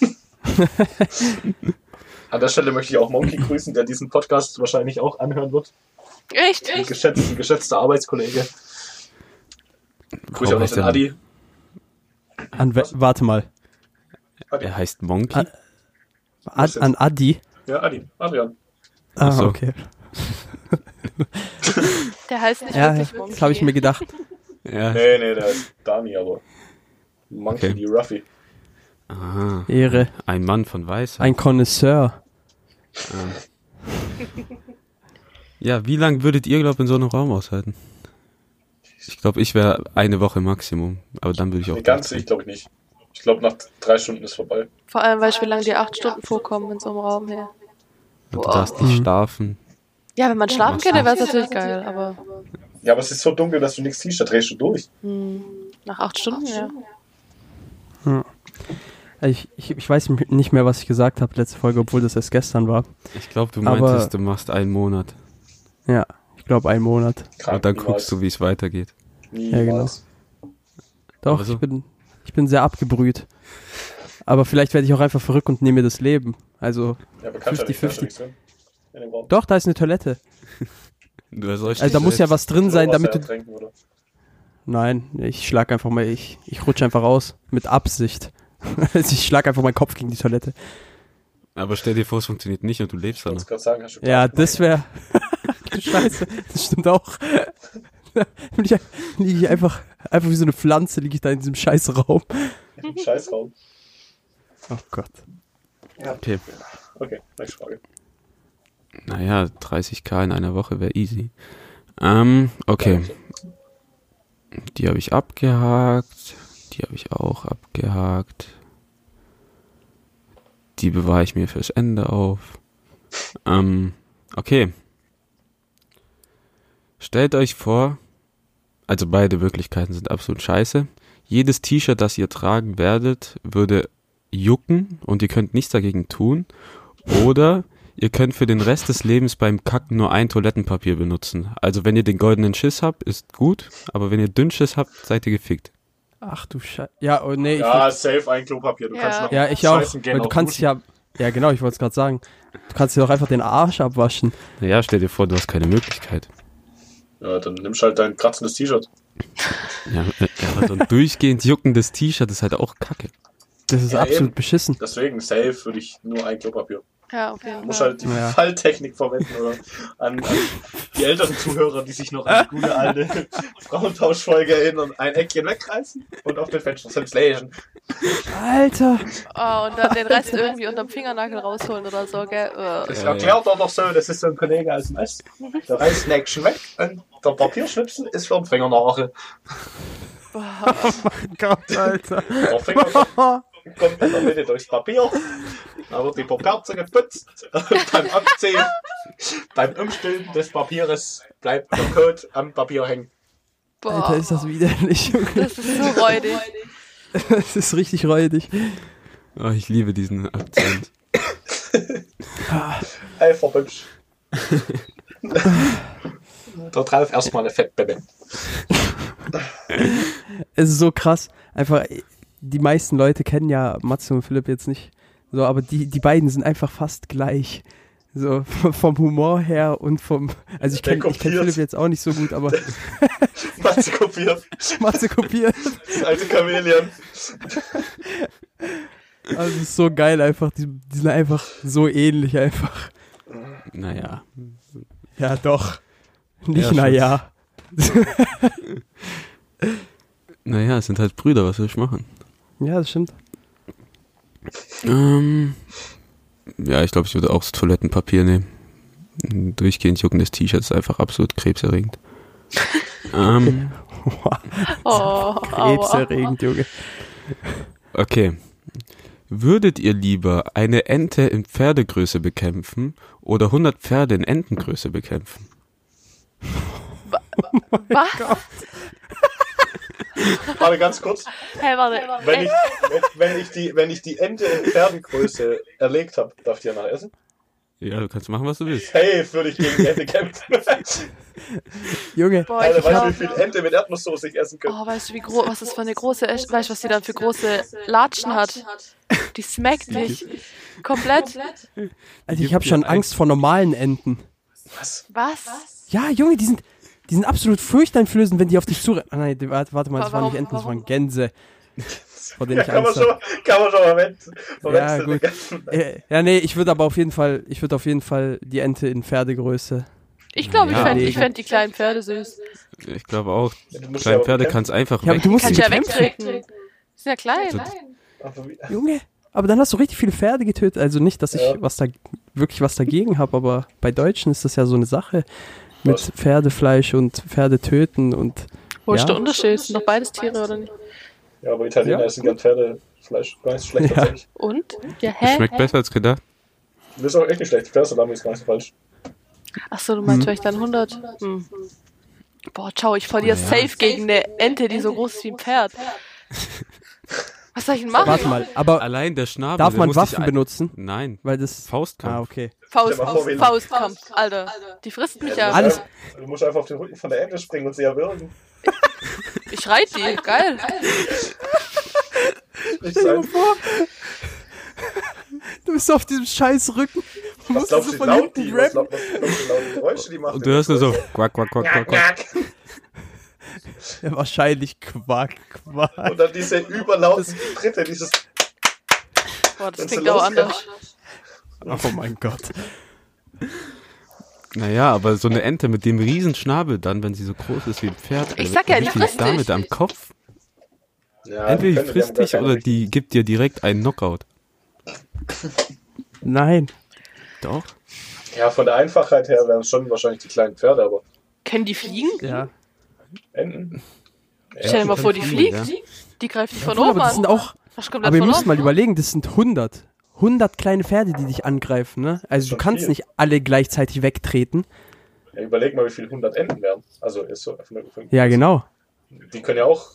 C: An der Stelle möchte ich auch Monkey grüßen, der diesen Podcast wahrscheinlich auch anhören wird.
D: Echt?
C: Ein geschätzter, geschätzter Arbeitskollege. Grüße auch
B: Warum
C: noch
B: heißt
C: den
B: er-
C: Adi.
A: An, we- warte mal.
B: Er heißt Monkey.
A: Ah. Ad, an Adi.
C: Ja, Adi. Adrian.
A: Ah,
B: so.
A: okay.
D: Der heißt nicht
A: Ja,
D: wirklich
A: das habe ich mir gedacht.
B: Ja.
C: Nee, nee, der heißt Dani, aber Monkey,
B: Okay.
C: die Ruffy.
B: Ah,
A: Ehre.
B: ein Mann von Weisheit.
A: Ein Connoisseur.
B: Ja, wie lange würdet ihr, glaub, in so einem Raum aushalten? Ich glaube, ich wäre eine Woche Maximum. Aber dann würde ich auch.
C: Die ganze, ich glaube ich nicht. Ich glaube, nach drei Stunden ist vorbei.
D: Vor allem, weißt du, wie lange die acht Stunden vorkommen in so einem Raum her.
B: du darfst nicht schlafen.
D: Ja, wenn man schlafen
B: mach's
D: könnte, wäre es
E: nicht.
D: natürlich geil, aber
C: Ja, aber es ist so dunkel, dass du nichts siehst, da drehst du durch.
D: hm, nach acht Stunden, ja.
A: Ich, ich, ich weiß nicht mehr, was ich gesagt habe letzte Folge, obwohl das erst gestern war.
B: Ich glaube, du
A: Aber-
B: meintest, du machst einen Monat.
A: Ja, ich glaube einen Monat.
B: Und dann guckst du, wie es weitergeht.
A: Ja, genau. Doch,
B: Aber so-
A: ich, bin, ich bin sehr abgebrüht. Aber vielleicht werde ich auch einfach verrückt und nehme mir das Leben. Also,
C: Ja, aber kannst ja nicht, kannst
A: 50-50.
C: ja nichts drin. In dem Raum.
A: doch, da ist eine Toilette.
B: Du ersäufst
A: Also da
B: dich
A: muss ja
B: selbst.
A: was drin
C: Oder
A: sein,
C: Wasser
A: damit du...
C: ertränken, oder?
A: Nein, ich schlag einfach mal, ich, ich rutsche einfach raus. Mit Absicht. (laughs) Also ich schlag einfach meinen Kopf gegen die Toilette.
B: Aber stell dir vor, es funktioniert nicht und du lebst
C: Ich
B: dann.
C: wollte gerade sagen, hast du
A: Ja,
C: gedacht,
A: das wäre. (laughs) Scheiße, das stimmt auch. (laughs) Da bin ich, liege ich einfach, einfach wie so eine Pflanze, liege ich da in diesem scheiß Raum.
C: nein, im Scheißraum.
A: Oh Gott.
B: Okay.
C: Okay, nächste Frage.
B: Naja, 30k in einer Woche wäre easy. Ähm, okay. Die habe ich abgehakt. Die habe ich auch abgehakt. Die bewahre ich mir fürs Ende auf. Ähm, okay. Stellt euch vor, also beide Möglichkeiten sind absolut scheiße. Jedes T-Shirt, das ihr tragen werdet, würde jucken und ihr könnt nichts dagegen tun. Oder ihr könnt für den Rest des Lebens beim Kacken nur ein Toilettenpapier benutzen. Also wenn ihr den goldenen Schiss habt, ist gut, aber wenn ihr dünn Schiss habt, seid ihr gefickt.
A: Ach du Scheiße. Ja, oh nee, ich.
C: Ja, safe ein Klopapier. Du
D: Ja.
C: kannst noch
A: ja, ich auch.
C: scheißen gehen,
A: Weil du
C: auch
A: kannst
C: duschen.
A: ja. Ja, genau, ich wollte es gerade sagen. Du kannst dir doch einfach den Arsch abwaschen.
B: Naja, stell dir vor, du hast keine Möglichkeit.
C: Ja, dann nimmst halt dein kratzendes T-Shirt.
B: Ja, äh, aber so ein durchgehend juckendes T-Shirt ist halt auch kacke.
A: Das ist
C: Ja,
A: absolut
C: eben.
A: beschissen.
C: Deswegen, safe würde ich nur ein Klopapier.
D: Ja, auf jeden
C: Du musst
D: Fall.
C: halt die
A: Ja.
C: Falltechnik verwenden oder an, an die älteren Zuhörer, die sich noch an die
B: (laughs)
C: gute alte Frauentauschfolge erinnern, ein Eckchen wegreißen und auf den Fenstersims lesen. (laughs)
A: Alter!
D: Oh, und dann den Rest irgendwie unterm Fingernagel rausholen oder so, gell? Äh,
C: Das
B: Ja,
C: erklärt er doch so, das ist so ein Kollege aus dem Osten. Der reißt ein Eckchen weg und der Papierschnipsel ist für den Finger nachher.
A: Gott, Alter.
B: (laughs)
C: Der Finger kommt in der Mitte durchs Papier, dann wird die Paperze geputzt und beim Abziehen, beim Umstülpen des Papieres bleibt der Code am Papier hängen.
D: boah,
A: Alter, ist das widerlich, (laughs) Junge.
D: das ist so räudig. (laughs)
A: Das ist richtig räudig.
B: Oh, ich liebe diesen Akzent.
C: Ey, verbübsch. (laughs) da drauf erstmal eine Fettbebe.
A: Es ist so krass. Einfach, die meisten Leute kennen ja Matze und Philipp jetzt nicht. So, aber die, die beiden sind einfach fast gleich. So, v- vom Humor her und vom. Also ich
C: Der
A: kenne kenn
C: kopiert.
A: Philipp jetzt auch nicht so gut,
C: (laughs)
A: aber
C: Matze kopiert.
A: Matze kopiert.
C: Das alte Chamäleon.
A: Also es ist so geil einfach. Die, die sind einfach so ähnlich einfach.
B: Naja.
A: Ja, doch. Nicht
B: Ja,
A: naja.
B: Naja, es sind halt Brüder, was will ich machen?
A: Ja, das stimmt.
B: Ähm, ja, ich glaube, ich würde auch das Toilettenpapier nehmen. Ein durchgehend juckendes T-Shirt ist einfach absolut (laughs) krebserregend. ähm,
D: Oh,
A: Krebserregend, Junge.
B: okay. Würdet ihr lieber eine Ente in Pferdegröße bekämpfen oder 100 Pferde in Entengröße bekämpfen?
D: Was?
C: Warte ganz kurz.
D: Hey, warte.
C: Wenn ich, wenn, wenn ich, die, wenn ich die Ente in Pferdegröße erlegt habe, darf ich die danach essen?
B: Ja, du kannst machen, was du willst.
C: Hey, würde ich gegen die
A: (laughs)
C: Ente kämpfen. Alter,
A: Junge,
D: (laughs) Boah, ich
C: weißt du, wie viel
D: glaub,
C: Ente mit Erdnusssoße ich essen könnte?
D: Oh, weißt du, wie groß, was das für eine große, Esch- weißt du, was die dann für große Latschen hat? Die smackt mich komplett.
A: also ich habe schon Angst vor normalen Enten.
C: Was?
D: Was?
A: Ja, Junge, die sind, die sind absolut furchteinflößend, wenn die auf dich zurennen. Ah, nein, die- warte, warte mal, das waren
D: Warum-
A: nicht Enten, das
D: warum?
A: waren Gänse. Vor denen
C: Ja,
A: ich
C: kann, man
A: Angst
C: schon,
A: habe.
C: mal- kann man schon mal verwechseln.
A: Ja,
C: verwechseln.
A: gut. Äh, Ja, nee, ich würde aber auf jeden Fall, ich würde auf jeden Fall die Ente in Pferdegröße.
D: Ich glaube, ich
B: Ja.
D: fände ich fänd die kleinen Pferde süß.
B: Ich glaube auch,
C: Ja, du musst ja
B: kleine
C: aber
B: Pferde
C: bekämpfen.
B: kannst einfach
A: Ja, aber du musst
D: Kannst
A: sie
D: du ja
A: bekämpfen.
D: wegtreten. Die sind ja klein.
B: Also,
C: Aber wie-
A: Junge, aber dann hast du richtig viele Pferde getötet. Also nicht, dass ich
C: Ja.
A: was da wirklich was dagegen habe, aber bei Deutschen ist das ja so eine Sache mit
C: Was?
A: Pferdefleisch und Pferde töten und
D: Wo ist
A: Ja.
D: der Unterschied? Sind doch beides Tiere, oder nicht?
C: Ja, aber Italiener
A: Ja,
C: essen gern Pferdefleisch. Gar nicht so schlecht
A: Ja.
C: tatsächlich.
D: Und? Ja,
B: Es
D: hä?
B: schmeckt besser als gedacht.
C: Das ist auch echt nicht schlecht. Pferdesalami ist gar nicht so falsch.
D: Achso, du meinst vielleicht dann 100? Hm. Boah, ciao, ich verliere safe gegen eine Ente, die so groß ist wie ein Pferd. Was soll ich denn machen?
A: warte mal, aber
B: Allein der Schnabel.
A: darf
B: der
A: man
B: muss sich
A: Waffen
B: ein-
A: benutzen?
B: Nein.
A: Weil das
B: Faustkampf.
A: Ah,
C: (laughs)
A: okay.
D: Faust,
C: Stell mal vor, wenn-
D: Faustkampf, Alter. Die frisst mich ja.
A: Alles-
C: Du musst einfach auf den Rücken von der Ente springen und sie erwürgen.
D: Ich reite die, geil.
C: Nicht sein.
A: Du bist auf diesem scheiß Rücken. Du musst
C: Was
A: so
C: glaubst du, wie
A: von
C: laut
A: hinten
C: die, was
A: rappen.
C: glaub- was glaubst du, wie laut die Geräusche die machen?
B: Und du hörst nur so, Oh quack, quack, quack, quack, quack.
A: Ja, wahrscheinlich Quack, Quack.
C: Und dann diese überlauten Tritte, dieses...
D: Boah, das
C: Wenn's
D: klingt
C: so
D: auch
C: losgeht.
D: anders.
A: Oh mein Gott.
B: Naja, aber so eine Ente mit dem riesen Schnabel dann, wenn sie so groß ist wie ein Pferd. äh,
D: Ich
B: Alter,
D: sag ja,
B: wie
D: die
B: viel ist
D: frisst
B: damit
D: dich.
B: am Kopf.
C: Ja, die
B: Entweder die
C: können- die haben
B: frisst
C: gar
B: dich
C: keine
B: oder
C: richtige-
B: die gibt dir direkt einen Knockout.
A: Nein.
B: Doch.
C: Ja, von der Einfachheit her wären es schon wahrscheinlich die kleinen Pferde, aber
D: Können die fliegen?
A: Ja.
C: Enten.
D: Stell dir mal vor, die
B: fliegen,
D: fliegt. Die greift dich von
A: Obwohl, aber
D: oben
A: das
D: an.
A: sind auch.
D: Was kommt
A: Aber
D: dann
A: ihr
D: von
A: müsst
D: oben?
A: mal überlegen, das sind 100. 100 kleine Pferde, die dich angreifen, ne? Also du
C: Schon
A: kannst
C: viel.
A: nicht alle gleichzeitig wegtreten.
C: Ja, überleg mal, wie viele 100 Enten wären. Also ist so, von- von-
A: Ja, genau.
C: die können ja auch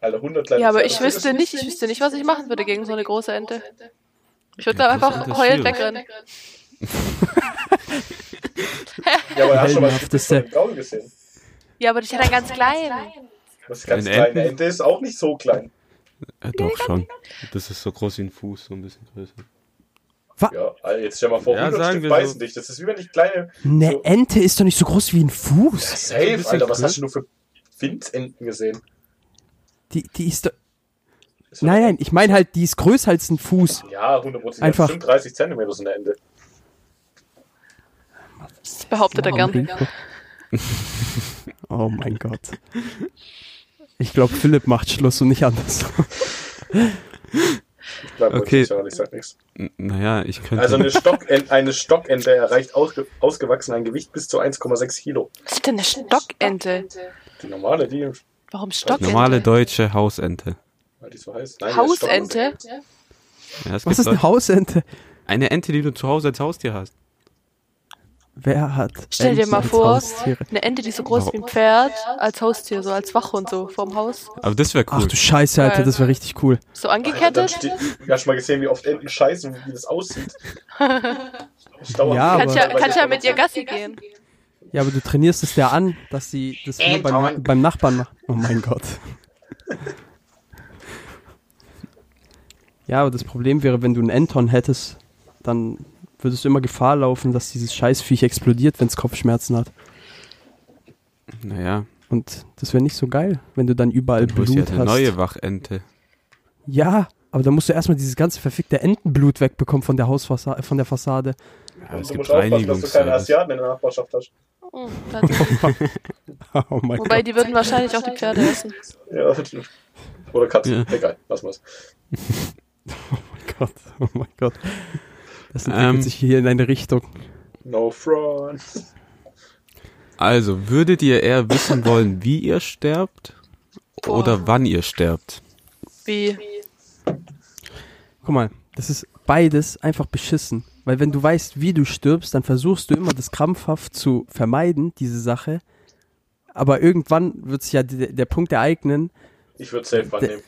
C: alle 100 kleine
D: Ja, aber
C: Pferde
D: ich
C: fressen.
D: wüsste nicht, ich wüsste nicht, was ich machen würde gegen so eine große Ente. Ich würde
B: Ja,
D: da
B: große
D: einfach
B: Ente ist
D: heulend
B: schwierig.
D: wegrennen.
C: Ja, aber hast du mal
A: Heldenhafteste.
C: einen Gaul gesehen?
D: Ja, aber die ist ja dann ganz klein.
C: Das ganz
B: Eine
C: kleine
B: Enten?
C: Ente ist auch nicht so klein.
B: Ja, Äh, doch schon. Das ist so groß wie ein Fuß, so ein bisschen größer.
C: Ja, also jetzt stell mal vor,
B: Ja,
C: 100
B: sagen
C: Stück
B: wir
C: beißen
B: so.
C: dich. Das ist wie wenn ich kleine...
A: Eine
C: So.
A: Ente ist doch nicht so groß wie ein Fuß.
C: Safe,
B: bisschen
C: Alter, was
B: größer.
C: hast du nur für Windsenten gesehen?
A: Die, die ist doch.
C: Das war-
A: Nein, nein, ich meine halt, die ist größer als ein Fuß.
C: Ja, 100
A: Einfach.
C: Bestimmt 30 Zentimeter sind eine Ente.
D: Das behauptet er gern.
A: Oh mein Gott. Ich glaube, Philipp macht Schluss und nicht anders.
C: Ich bleib ruhig,
B: Okay.
C: Ich sag nichts, sag nichts.
B: N naja, ich könnte.
C: Also
B: (laughs)
C: eine, Stockente, eine Stockente erreicht ausge, ausgewachsen ein Gewicht bis zu 1,6 Kilo.
D: Was ist denn eine Stockente?
C: Die normale, die,
D: Warum Stockente?
B: normale deutsche Hausente.
C: weil die so heißt. Nein, die ist Stockente.
D: Hausente?
B: Ja,
A: Was
B: es gibt
A: ist eine
B: Leute-
A: Hausente?
B: eine Ente, die du zu Hause als Haustier hast.
A: Wer hat.
D: Stell dir
A: Enten
D: mal
A: als
D: vor,
A: Haustiere?
D: eine Ente, die so groß ist wie ein
B: Warum?
D: Pferd, als Haustier, so als Wachhund, so vorm Haus.
B: Aber das wäre
A: Ach
B: cool.
A: du Scheiße, Alter, das wäre richtig cool.
D: So
C: Alter, dann
D: angekettet.
C: ste- Du hast mal gesehen, wie oft Enten scheißen und wie das aussieht.
D: (laughs)
C: Stauer.
A: Ja,
D: Kannst ja,
A: aber-
D: kannst ja mit ihr Gassi gehen.
A: Ja, aber du trainierst es ja an, dass sie das nur beim, beim Nachbarn machen. Oh mein Gott. Ja, aber das Problem wäre, wenn du einen Enton hättest, dann würdest du immer Gefahr laufen, dass dieses Scheißviech explodiert, wenn es Kopfschmerzen hat.
B: Naja,
A: Und das wäre nicht so geil, wenn du dann überall
B: du
A: Blut
B: bist ja eine
A: hast.
B: neue Wachente.
A: Ja, aber dann musst du erstmal dieses ganze verfickte Entenblut wegbekommen von der Hausfassade, von der
B: (laughs)
A: Fassade.
B: Ja, es
C: Also du
B: gibt
C: musst aufpassen, dass du keine
B: Reinigungsservice.
C: Asiaten in der Nachbarschaft hast.
D: Oh, dann-
A: Oh mein
D: Wobei
B: genau.
A: Gott.
D: die würden wahrscheinlich auch die Pferde essen.
C: Ja. Oder Katzen.
B: Ja.
C: Egal, lass mal's.
A: Oh mein Gott. Oh mein Gott. Das entwickelt
B: Ähm.
A: sich hier in eine Richtung.
C: No front.
B: Also, würdet ihr eher
A: (laughs)
B: wissen wollen, wie ihr sterbt
D: Boah.
B: oder wann ihr sterbt?
D: Wie?
A: Guck mal, das ist beides einfach beschissen. Weil wenn du weißt, wie du stirbst, dann versuchst du immer das krampfhaft zu vermeiden, diese Sache. Aber irgendwann wird sich ja der, der Punkt ereignen.
C: Ich würde safe wann
A: Der-
C: nehmen.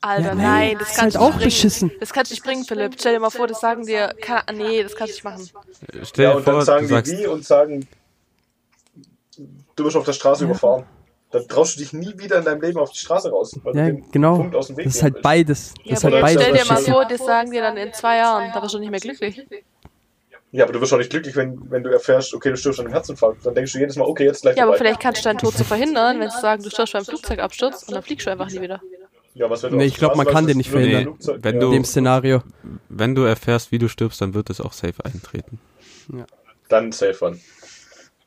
D: Alter,
A: Ja,
D: Also nein,
A: nein,
D: das
A: ist
D: kannst
A: halt auch
D: du nicht bringen.
A: beschissen.
D: Das kannst du nicht bringen, Philipp. Stell dir mal vor, das sagen dir. Kann, ah, nee, das kannst du nicht machen.
B: Stell
C: Ja,
B: dir
C: und dann
B: vor, du
C: sagen die
B: sagst,
C: wie und sagen, du wirst auf der Straße überfahren. Dann traust du dich nie wieder in deinem Leben auf die Straße raus, weil
A: Ja,
C: du den
A: genau.
C: Punkt aus dem Weg
A: Das ist halt
C: nehmen willst.
A: beides.
D: Ja,
A: Das ist halt
D: aber
C: dann
A: beides
D: stell dir mal
A: beschissen.
D: vor, das sagen dir dann in zwei Jahren. Da bist du nicht mehr glücklich.
C: Ja, aber du wirst auch nicht glücklich, wenn, wenn du erfährst, okay, du stirbst an einem Herzinfarkt. Dann denkst du jedes Mal, okay, jetzt ist gleich
D: Ja, aber
C: vorbei.
D: vielleicht kannst du deinen Tod zu verhindern, wenn sie sagen, du stirbst beim Flugzeugabsturz und dann fliegst du einfach nie wieder.
C: Ja, was, wenn du
A: Nee,
C: auf
A: ich
C: die
A: glaub, man
C: Straße
A: kann
C: läufst,
A: den nicht
C: wird ein
B: verhindern.
C: Flugzeug-
B: Wenn
C: ja.
B: du-
A: In dem Szenario.
B: wenn du erfährst, wie du stirbst, dann wird es auch safe eintreten.
C: Dann safe wann.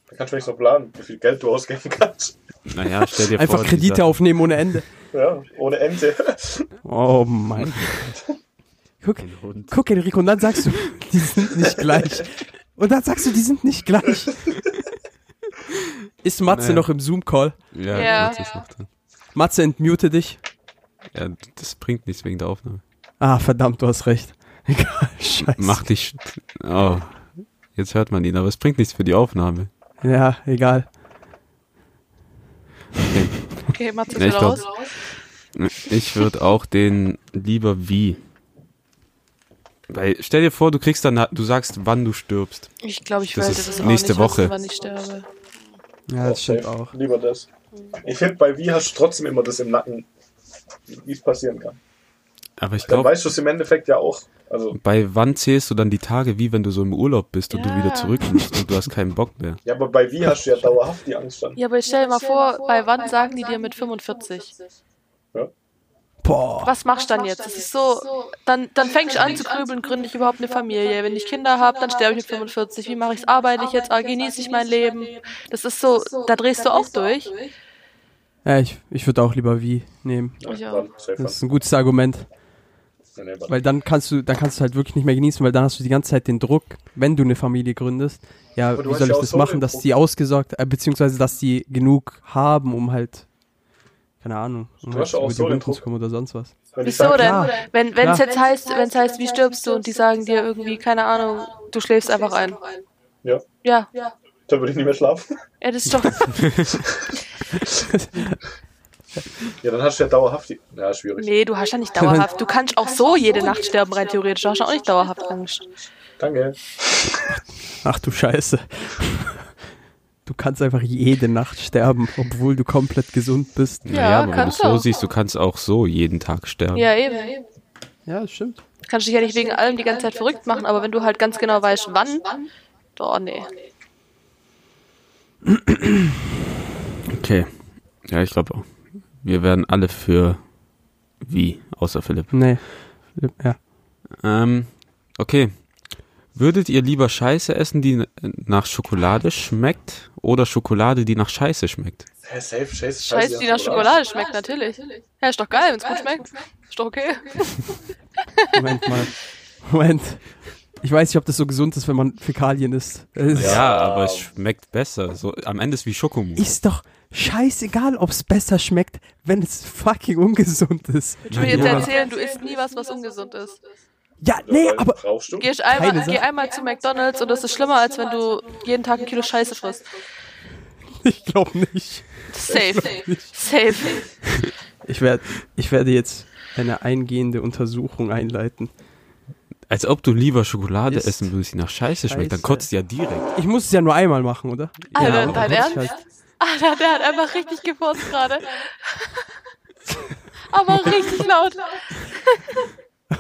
C: Dann kannst du wenigstens noch planen, wie viel Geld du ausgeben (laughs) kannst.
B: Naja, stell dir vor.
A: Einfach Kredite
B: dieser-
A: aufnehmen ohne Ende.
C: Ja, ohne Ende.
A: Oh
B: (laughs)
A: mein Gott. Guck, guck, Enrico, und dann sagst du, die sind nicht gleich. Und dann sagst du, die sind nicht gleich. Ist Matze
B: Nee.
A: noch im Zoom-Call?
B: Ja,
D: Ja.
B: Matze ist noch drin.
A: Matze, entmute dich.
B: ja, das bringt nichts wegen der Aufnahme.
A: Ah, verdammt, du hast recht. (laughs) Egal, scheiße.
B: Mach dich. Oh, jetzt hört man ihn, aber es bringt nichts für die Aufnahme.
A: Ja, egal.
D: Okay, Matze ist
B: Ja, ich
D: wieder raus.
B: glaub- Ich würde auch den lieber wie. Weil, stell dir vor, du kriegst dann, du sagst, wann du stirbst.
D: Ich glaube, ich
B: Das
D: werde
B: ist
D: das auch
B: nächste
D: nicht
B: Woche.
D: wissen, wann ich sterbe.
A: Ja, das stimmt
C: Safe.
A: auch.
C: Lieber das. Ich finde, bei wie hast du trotzdem immer das im Nacken, wie es passieren kann.
B: Aber ich
C: Dann
B: glaube,
C: weißt du es im Endeffekt ja auch. Also,
B: bei wann zählst du dann die Tage, wie wenn du so im Urlaub bist und du
D: Ja.
B: wieder zurück musst und du hast keinen Bock mehr.
C: ja, aber bei wie
A: (laughs)
C: hast du ja dauerhaft die Angst dann.
D: Ja, aber stell dir mal vor, bei wann sagen die dir mit 45?
A: Boah.
D: Was machst du dann jetzt? Das ist so, dann, dann fängst du an zu grübeln, gründe ich überhaupt eine Familie? Wenn ich Kinder habe, dann sterbe ich mit 45. Wie mache ich es? Arbeite ich jetzt? Ah, Genieße ich mein Leben? Das ist so, da drehst du auch durch.
A: Ja, ich, ich würde auch lieber wie nehmen.
D: Ja.
C: Dann safe
A: Das ist ein gutes Argument.
C: wann. Nee, nee, wann.
A: Weil dann kannst du, dann kannst du halt wirklich nicht mehr genießen, weil dann hast du die ganze Zeit den Druck, wenn du eine Familie gründest. Ja,
C: Aber du
A: wie
C: hast
A: soll
C: ja
A: ich
C: auch
A: das
C: so
A: machen,
C: den
A: dass
C: Druck.
A: die ausgesorgt, äh, beziehungsweise dass die genug haben, um halt, keine Ahnung, um
C: Du
A: halt
C: hast auch
A: über die
C: so den
A: Runden zu
C: Druck.
A: kommen oder sonst was.
C: Wenn ich
D: Wieso
C: sage,
A: klar.
D: denn? Wenn wenn es
A: Klar.
D: jetzt heißt, wenn es heißt, wie stirbst du und die sagen dir irgendwie, keine Ahnung, du schläfst einfach ein.
C: Ja.
D: Ja,
C: dann würde ich nicht mehr schlafen. (laughs)
D: ja das
A: (laughs)
D: ist doch.
C: Ja, dann hast du ja dauerhaft die. Ja, schwierig.
D: Nee, du hast ja nicht dauerhaft. Du kannst auch so jede Nacht sterben, rein theoretisch. Du hast ja auch nicht dauerhaft Angst.
C: Danke.
A: Ach du Scheiße. (laughs) Du kannst einfach jede Nacht sterben, obwohl du komplett gesund bist.
D: Ja,
B: aber wenn du es
D: kannst du
B: so
D: auch.
B: siehst, du kannst auch so jeden Tag sterben.
D: Ja, eben.
A: Ja, stimmt.
D: Kannst dich ja nicht wegen allem die ganze Zeit verrückt machen, aber wenn du halt ganz genau weißt, wann. Oh, nee.
B: Okay. Ja, ich glaube auch. Wir werden alle für wie, außer Philipp.
A: Nee. Ja.
B: Ähm, okay. Würdet ihr lieber Scheiße essen, die nach Schokolade schmeckt, oder Schokolade, die nach Scheiße schmeckt?
C: Hä, safe,
A: Also,
C: scheiße,
D: Scheiß, die nach Schokolade schmeckt, natürlich. Ja, ist doch geil, wenn es gut schmeckt. Ist doch okay.
A: Moment (laughs) mal. Moment. Ich weiß nicht, ob das so gesund ist, wenn man Fäkalien isst. Es ist,
B: Ja, aber es schmeckt besser. So, am Ende ist wie Schokomousse.
A: ist doch scheißegal, ob es besser schmeckt, wenn es fucking ungesund ist.
D: Du mir jetzt
B: Ja.
D: erzählen, du isst nie was, was ungesund ist.
A: Ja,
C: Nee,
A: nee, aber (laughs)
C: Brauchst du?
D: Gehst einmal,
A: Keine
D: geh
A: Sache.
D: einmal zu McDonalds und das ist schlimmer, als wenn du jeden Tag ein Kilo Scheiße frisst.
A: ich glaube nicht.
D: Safe. Safe.
A: Ich, werd, ich werde jetzt eine eingehende Untersuchung einleiten.
B: Als ob du lieber Schokolade
A: Ist
B: essen würdest, die nach Scheiße schmeckt. Dann
A: Scheiße.
B: kotzt du ja direkt.
A: Ich muss es ja nur einmal machen, oder?
D: Alter,
B: aber
D: dein
A: dann kotz ich
D: Ernst? Alter, der hat einfach richtig gefurzt gerade. (laughs) Aber richtig laut.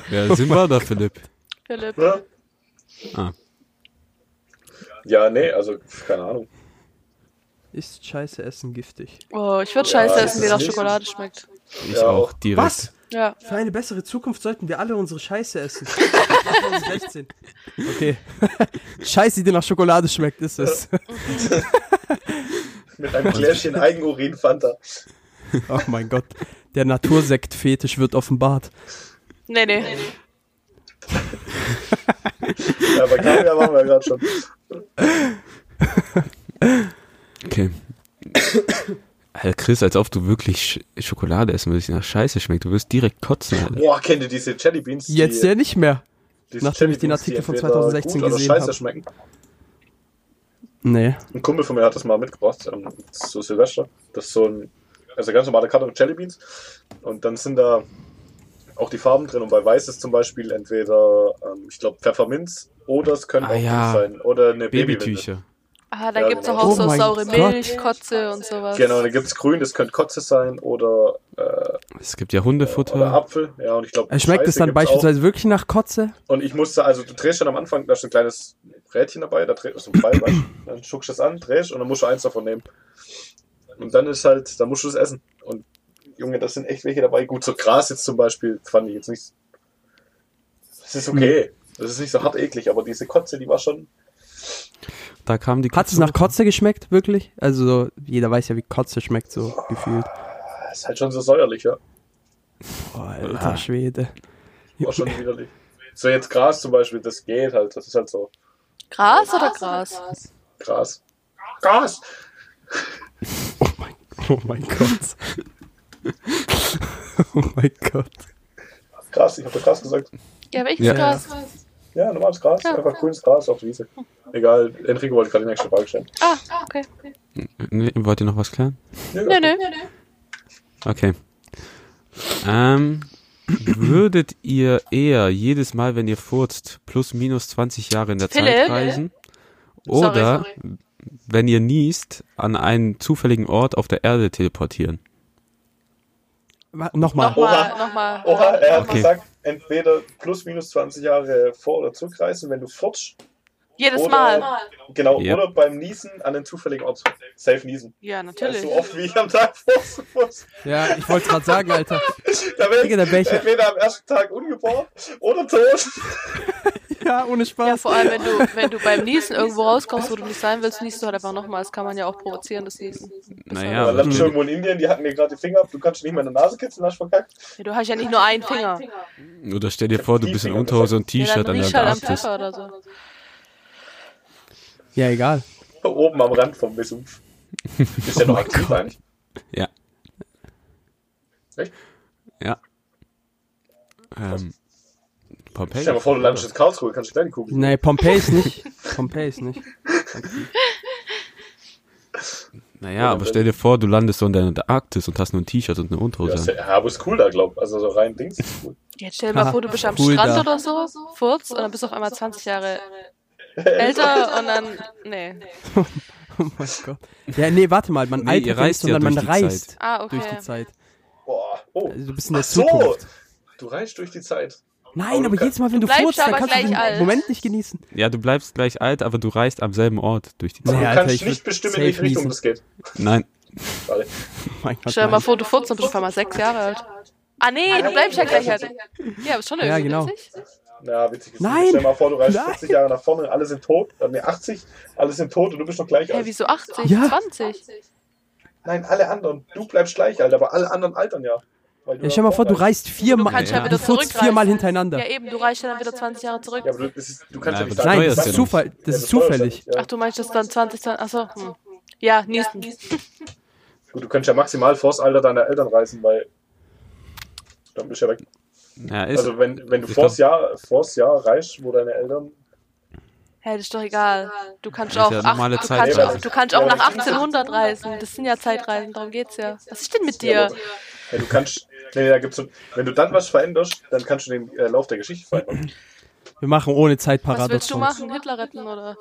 B: Wer sind wir da, Philipp?
D: Philipp.
C: Ja.
B: Ah.
C: Ja, nee, also, keine Ahnung.
A: Ist scheiße Essen giftig?
D: Oh, ich würde Scheiße
C: das
D: essen,
C: ist
D: die nach
C: nicht-
D: Schokolade schmeckt.
B: Ich
C: Ja,
B: auch
C: auch.
B: direkt.
A: Was?
D: Ja.
A: Für eine bessere Zukunft sollten wir alle unsere Scheiße
C: (laughs)
A: essen. 2016. Okay. (laughs) Scheiße, die nach Schokolade schmeckt, ist es.
C: Mit
A: (laughs)
C: einem Gläschen Eigenurin Fanta.
A: Oh mein Gott. Der Natursekt-Fetisch wird offenbart.
D: Nee, nee.
C: aber Kaviar waren wir
A: (laughs)
C: ja gerade schon.
B: Okay. Alter, Chris, als ob du wirklich Sch Schokolade essen würdest, die nach Scheiße schmeckt. Du wirst direkt kotzen, Alter.
C: Boah, kennt ihr diese Jellybeans?
A: Jetzt ja nicht mehr.
C: diese
A: nachdem ich den
C: Jellybeans, die
A: Artikel von
C: entweder
A: 2016
C: gut oder
A: gesehen
C: scheiße
A: hab.
C: schmecken?
A: Nee.
C: Ein Kumpel von mir hat das mal mitgebracht ähm, zu Silvester. Das ist so ein, also ganz normale Karte mit Jellybeans. Und dann sind da auch die Farben drin. Und bei Weiß ist zum Beispiel entweder, ähm, ich glaube, Pfefferminz oder es können
B: Ah,
C: auch Dings
B: ja.
C: sein. Oder eine Babytücher.
B: Babytücher.
D: Ah, da
C: Ja,
D: gibt's doch
C: genau.
D: auch
A: Oh
D: so
A: mein
D: saure
A: Gott.
D: Milch, Kotze und sowas.
C: Genau, da gibt es Grün, das könnte Kotze sein oder, äh,
B: Es gibt ja
C: oder
B: Hundefutter.
C: Apfel. Ja, und ich glaube,
A: Äh, Schmeckt es
C: Scheiße
A: dann
C: gibt's auch.
A: beispielsweise wirklich nach Kotze?
C: Und ich musste, also du drehst schon am Anfang, da ist ein kleines Rädchen dabei, da drehst du so ein Pfeilbein, dann schuckst du es an, drehst und dann musst du eins davon nehmen. Und dann ist halt, dann musst du es essen. Und Junge, das sind echt welche dabei. Gut, so Gras jetzt zum Beispiel fand ich jetzt nicht. Das ist okay. Das ist nicht so hart eklig, aber diese Kotze, die war schon.
B: Da kam die
A: Hat es nach Kotze geschmeckt, wirklich? Also, so, jeder weiß ja, wie Kotze schmeckt, so gefühlt.
C: Das ist halt schon so säuerlich, ja.
A: Boah, alter Schwede.
C: War schon widerlich. So jetzt Gras zum Beispiel, das geht halt. Das ist halt so
D: Gras oder Gras?
C: Gras. Gras!
A: Oh mein, oh mein Gott. (laughs) oh mein Gott.
C: Gras, ich habe doch Gras gesagt.
D: Ja, welches
B: Ja.
D: Gras?
C: Ja, normales Gras,
D: Ja.
C: einfach grünes Gras auf der Wiese. Egal, Enrico wollte gerade die nächste Frage stellen.
D: Ah, okay.
B: Äh, Nee, Wollt ihr noch was klären?
D: Nö, nö.
B: Okay. Ähm, würdet ihr eher jedes Mal, wenn ihr furzt, plus minus 20 Jahre in der Zeit
D: Philipp?
B: reisen? Oder
D: Sorry,
B: wenn ihr niest, an einen zufälligen Ort auf der Erde teleportieren?
A: Wa- Nochmal.
D: Nochmal,
C: Oha.
D: nochmal.
C: Oha, er hat
B: Okay.
C: gesagt, entweder plus minus 20 Jahre vor- oder zurückreisen, wenn du futsch.
D: Jedes
C: oder,
D: Mal.
C: Genau,
B: Ja.
C: oder beim Niesen an den zufälligen Ort. Safe niesen.
D: Ja,
C: Also
D: natürlich.
C: so oft wie ich am Tag (laughs) furzen muss.
A: Ja, ich wollte gerade sagen, Alter.
C: Da wär ich
A: Digga, da wär ich ja-
C: entweder am ersten Tag ungeboren oder tot.
A: Ja, ohne Spaß.
D: Ja, vor allem, wenn du, wenn du beim Niesen irgendwo rauskommst, wo du nicht sein willst, niest du halt einfach nochmal. Das kann man ja auch provozieren, das Niesen.
B: Naja,
C: Ja,
B: aber
C: Land irgendwo in Indien, die hatten mir gerade die Finger ab, du kannst nicht mehr in der Nase kitzeln, hast verkackt.
D: Ja, du hast ja nicht nur einen Finger.
B: oder stell dir vor, du bist in Unterhose und
D: Ja,
B: T-Shirt
D: dann
B: an der
D: riechst halt am
B: Antarktis.
D: Pfeffer oder so.
A: ja, egal.
C: Oben am Rand vom
A: (laughs)
C: Vesuv. Ist
A: Oh
C: ja noch aktiv eigentlich.
B: Ja.
C: Echt?
B: Ja. Ähm, Pompeii?
C: Stell dir mal vor, du landest in Karlsruhe, kannst du gleich die Kugel.
A: Nee, Pompeii ist nicht. Pompeii ist nicht. (laughs)
B: Naja, aber stell dir vor, du landest so in der Antarktis und hast nur ein T-Shirt und eine
C: Ja,
B: Unterhose.
C: ist
B: an.
C: ja, ja, aber ist cool da, glaub. Also so rein Dings ist cool.
D: Jetzt stell dir mal
A: Ha,
D: vor, du bist am
A: cool
D: Strand
A: da.
D: oder so, furz, und dann bist du auf einmal 20 Jahre älter und dann. Nee.
A: Oh mein Gott. Ja, nee, warte mal. Man
B: Nee,
A: altert
B: ihr
A: ja nicht,
B: reist ja
A: sondern man
B: durch die
A: reist
B: Zeit.
D: Ah, okay.
A: durch die Zeit.
C: Boah. Oh.
A: Also du bist in der
C: Ach so.
A: Zukunft.
C: Du reichst durch die Zeit.
A: Nein, aber
C: kann-
A: jedes Mal, wenn du,
D: bleibst
A: furzt, dann
D: aber
A: kannst du
D: gleich
A: den
D: alt.
A: Moment nicht genießen. (laughs)
B: Ja, du bleibst gleich alt, aber du reist am selben Ort durch die
A: Nee,
C: Aber
B: Zeit.
A: Alter,
C: du kannst
A: ich
C: nicht
A: würd
C: bestimmen, in
A: safe
C: welche Richtung
A: niesen.
C: das geht.
B: Nein,
C: Schade.
A: Oh mein Gott.
D: Stell dir mal
A: nein.
D: vor, du furzt und bist auf einmal 6 Jahre alt. Ah, nee, du bleibst ja gleich alt. Ja, ist schon
A: Ja,
D: irgendwie
A: genau.
D: witzig.
C: Ja, witzig. ist
A: Nein.
C: nicht. Stell dir mal vor, du reist
A: Nein.
C: 40 Jahre nach vorne, alle sind tot. Äh, Nee, 80, alle sind tot und du bist noch gleich
D: Hä,
C: alt.
D: wieso 80?
A: Ja.
D: 20?
C: Nein, alle anderen. Du bleibst gleich alt, aber alle anderen altern ja. Weil du
A: Ja, stell dir mal vor, du reist viermal.
D: kannst
B: ja
A: Du
B: wieder
A: furzt
D: zurückreisen.
A: viermal hintereinander.
D: Ja, eben, du reichst ja dann wieder 20 Jahre zurück.
C: Ja, aber du, das ist, du kannst
B: Nein,
C: ja nicht
B: aber
C: sagen.
A: Nein,
B: Steuerst
A: das ist
B: ja
A: Zufall. Das
C: Ja,
A: ist
C: du steuerst ja
A: zufällig.
C: nicht, Ja.
D: Ach, du meinst das dann 20, dann, achso. Hm. Ja, nächsten.
C: Gut, du kannst ja maximal vors Alter deiner Eltern reisen, weil dann bist du ja weg.
B: ja, ist,
C: Also wenn, wenn du
B: ich
C: vors Jahr, vors Jahr reist, wo deine Eltern
D: Hä, das ist doch egal. Du kannst
B: Das ist
D: auch,
B: ja
D: acht-
B: normale
D: du kannst,
B: Zeitreise.
D: auch- du kannst auch
C: Ja,
D: nach
C: aber die
D: 1800 reisen. Das sind ja Zeitreisen, darum geht's ja. Was ist denn mit
C: Ja,
D: dir?
C: aber- Ja, du kannst. Nee, da gibt's so, wenn du dann was veränderst, dann kannst du den äh, Lauf der Geschichte verändern.
A: Wir machen ohne
D: Was willst du
A: Zeitparadoxon.
D: machen? Hitler retten oder?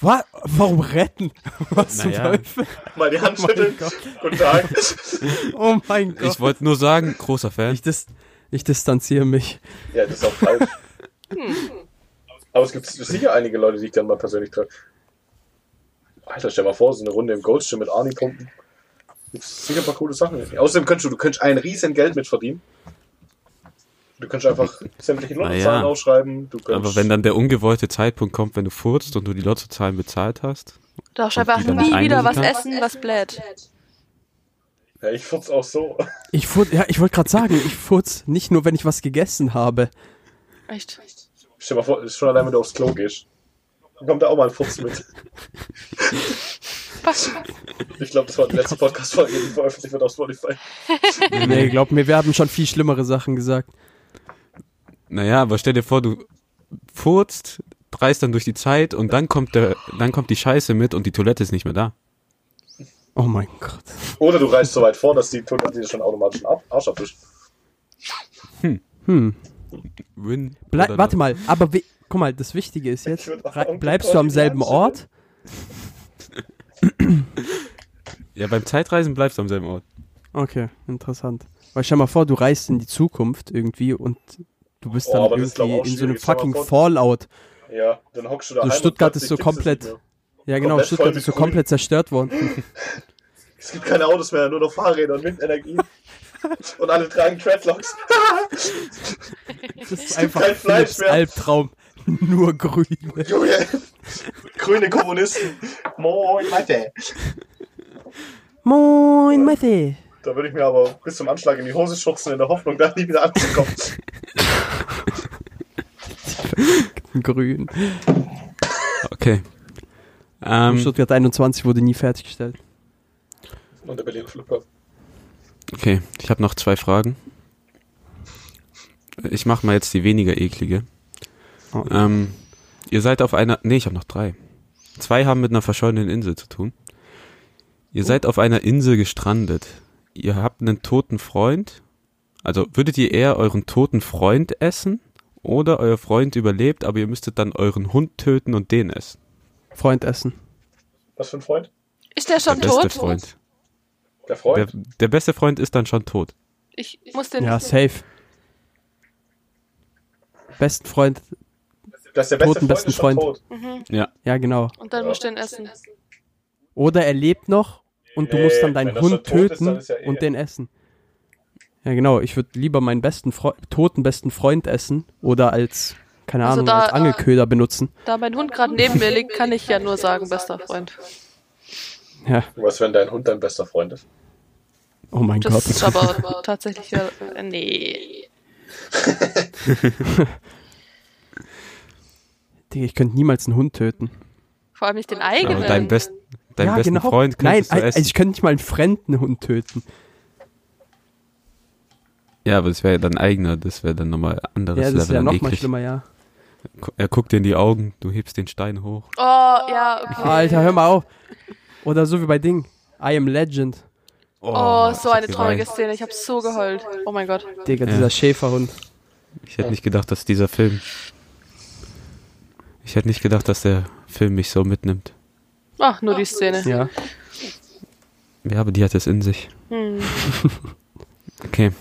A: Wa warum retten? (laughs) Was zum
B: Naja.
A: Teufel?
C: (laughs) Mal die Hand
A: Oh mein
C: schütteln.
A: Gott.
C: Guten Tag.
A: Oh mein Gott.
B: ich wollte nur sagen, großer Fan.
A: Ich, dis ich distanziere mich.
C: Ja, das ist auch falsch. Aber es gibt sicher einige Leute, die ich dann mal persönlich treffe. Alter, stell mal vor, so eine Runde im Goldstream mit Arnie pumpen. Gibt's sicher ein paar coole Sachen. Außerdem könntest du, du könntest ein riesen Geld mitverdienen. Du könntest einfach sämtliche Lottozahlen
B: Naja.
C: aufschreiben. Du könntest
B: Aber wenn dann der ungewollte Zeitpunkt kommt, wenn du furzt und du die Lottozahlen bezahlt hast,
D: Du darfst einfach
B: die dann nicht
D: nie wieder was
B: einlösen kann?
D: essen, was bläht.
C: ja, ich furz auch so.
A: Ich, fur- ja, ich wollte gerade sagen, ich furz nicht nur, wenn ich was gegessen habe.
D: Echt?
C: Stell dir mal vor, schon allein, wenn du aufs Klo gehst. Dann kommt da auch mal ein
A: (laughs)
C: Furz mit.
D: Was?
C: Ich glaube, das war die letzte Podcast-Folge, die veröffentlicht wird auf Spotify.
A: Nee, glaub mir, wir haben schon viel schlimmere Sachen gesagt.
B: Naja, aber stell dir vor, du furzt, reist dann durch die Zeit und dann kommt der, dann kommt die Scheiße mit und die Toilette ist nicht mehr da.
A: Oh mein Gott.
C: Oder du reist so weit vor, dass die Toilette dir schon automatisch einen Ab- Arsch abwischt.
A: Hm.
B: Win.
A: Blei
B: oder
A: warte mal, aber we- guck mal, das Wichtige ist jetzt,
C: Ich würd auch
A: rei-
C: sagen,
A: bleibst
C: das
A: du am
C: war
A: selben
C: die ganze
A: Ort?
B: Ja, beim Zeitreisen bleibst du am selben Ort.
A: Okay, interessant. Weil stell mal vor, du reist in die Zukunft irgendwie und du bist
C: Oh,
A: dann
C: aber das ist, glaub ich,
A: irgendwie
C: auch
A: in so einem
C: schwierig. Stell mal
A: fucking
C: vor-
A: Fallout.
C: Ja, dann hockst du da
A: So
C: heim und
A: Stuttgart ist
C: plötzlich
A: so
C: gibt's es
A: komplett-
C: nicht mehr.
A: Ja genau,
C: Komplett voll
A: Stuttgart
C: mit
A: ist so
C: Grün.
A: komplett zerstört worden.
C: (laughs) Es gibt keine Autos mehr, nur noch Fahrräder
A: (laughs)
C: und Windenergie. und alle tragen Dreadlocks.
A: Das ist
C: gibt
A: einfach
C: kein Fleisch
A: Philipps
C: mehr.
A: Albtraum. (laughs) Nur grün.
C: Junge! Grüne Kommunisten! Moin, Mathe!
A: Moin, Mathe.
C: Da würde ich mir aber bis zum Anschlag in die Hose schubsen, in der Hoffnung, da nie wieder anzukommen.
A: Grün.
B: Okay. Ähm,
A: Stuttgart 21 wurde nie fertiggestellt.
C: Und der Berliner Flughafen.
B: okay, ich habe noch zwei Fragen. Ich mache mal jetzt die weniger eklige.
A: Oh.
B: Ähm, ihr seid auf einer. Nee, ich habe noch drei. Zwei haben mit einer verschollenen Insel zu tun. Ihr
A: Oh.
B: seid auf einer Insel gestrandet. Ihr habt einen toten Freund. Also würdet ihr eher euren toten Freund essen oder euer Freund überlebt, aber ihr müsstet dann euren Hund töten und den essen?
A: Freund essen.
C: Was für ein Freund?
D: Ist der schon
B: der beste
D: tot?
B: Freund.
C: Der
B: Der,
C: Freund?
B: der beste Freund ist dann schon tot.
D: Ich muss den.
A: Ja, safe. Besten Freund.
C: Dass der beste
A: Toten,
C: Freund
A: besten
C: ist schon
A: Freund.
C: tot.
D: Mhm.
B: Ja.
A: Ja, genau.
D: Und dann
C: Ja.
D: musst du den essen.
A: Oder er lebt noch und du
C: Nee,
A: musst dann deinen
C: wenn er schon
A: Hund
C: tot ist,
A: töten
C: dann ist ja eh-
A: und den essen. Ja, genau. Ich würde lieber meinen besten Freu toten besten Freund essen oder als, keine
D: Also
A: Ahnung,
D: da-
A: als Angelköder benutzen.
D: Da mein Hund gerade neben mir liegt, kann ich ja nur sagen, bester Freund.
A: Ja,
C: Was, wenn dein Hund dein bester Freund ist?
A: oh mein
D: Das ist
A: Gott.
D: aber tatsächlich ja. äh, Nee.
A: (laughs) Digga, ich könnte niemals einen Hund töten.
D: Vor allem nicht den
B: Ja,
D: eigenen.
B: aber dein best, deinen
A: ja,
B: besten
A: genau.
B: Freund
A: Nein,
B: könntest du
A: also
B: essen.
A: ich könnte nicht mal einen fremden Hund töten.
B: ja, aber das wäre ja dein eigener, das wäre dann nochmal ein anderes
A: ja, das ist
B: Level
A: ja
B: an
A: nochmal
B: eklig.
A: schlimmer, ja.
B: Gu- Er guckt dir in die Augen, du hebst den Stein hoch.
D: Oh, ja, okay.
A: Alter, hör mal auf. Oder so wie bei Ding. I am Legend.
D: Oh, so
B: ich hab
D: eine traurige
B: geweint.
D: Szene. Ich habe so geheult. Oh mein Gott.
A: Digga,
B: Ja.
A: dieser Schäferhund.
B: Ich hätte nicht gedacht, dass dieser Film. Ich hätte nicht gedacht, dass der Film mich so mitnimmt.
D: Ach, nur die Szene.
A: Ja.
B: Ja, aber die hat es in sich. (laughs) Okay.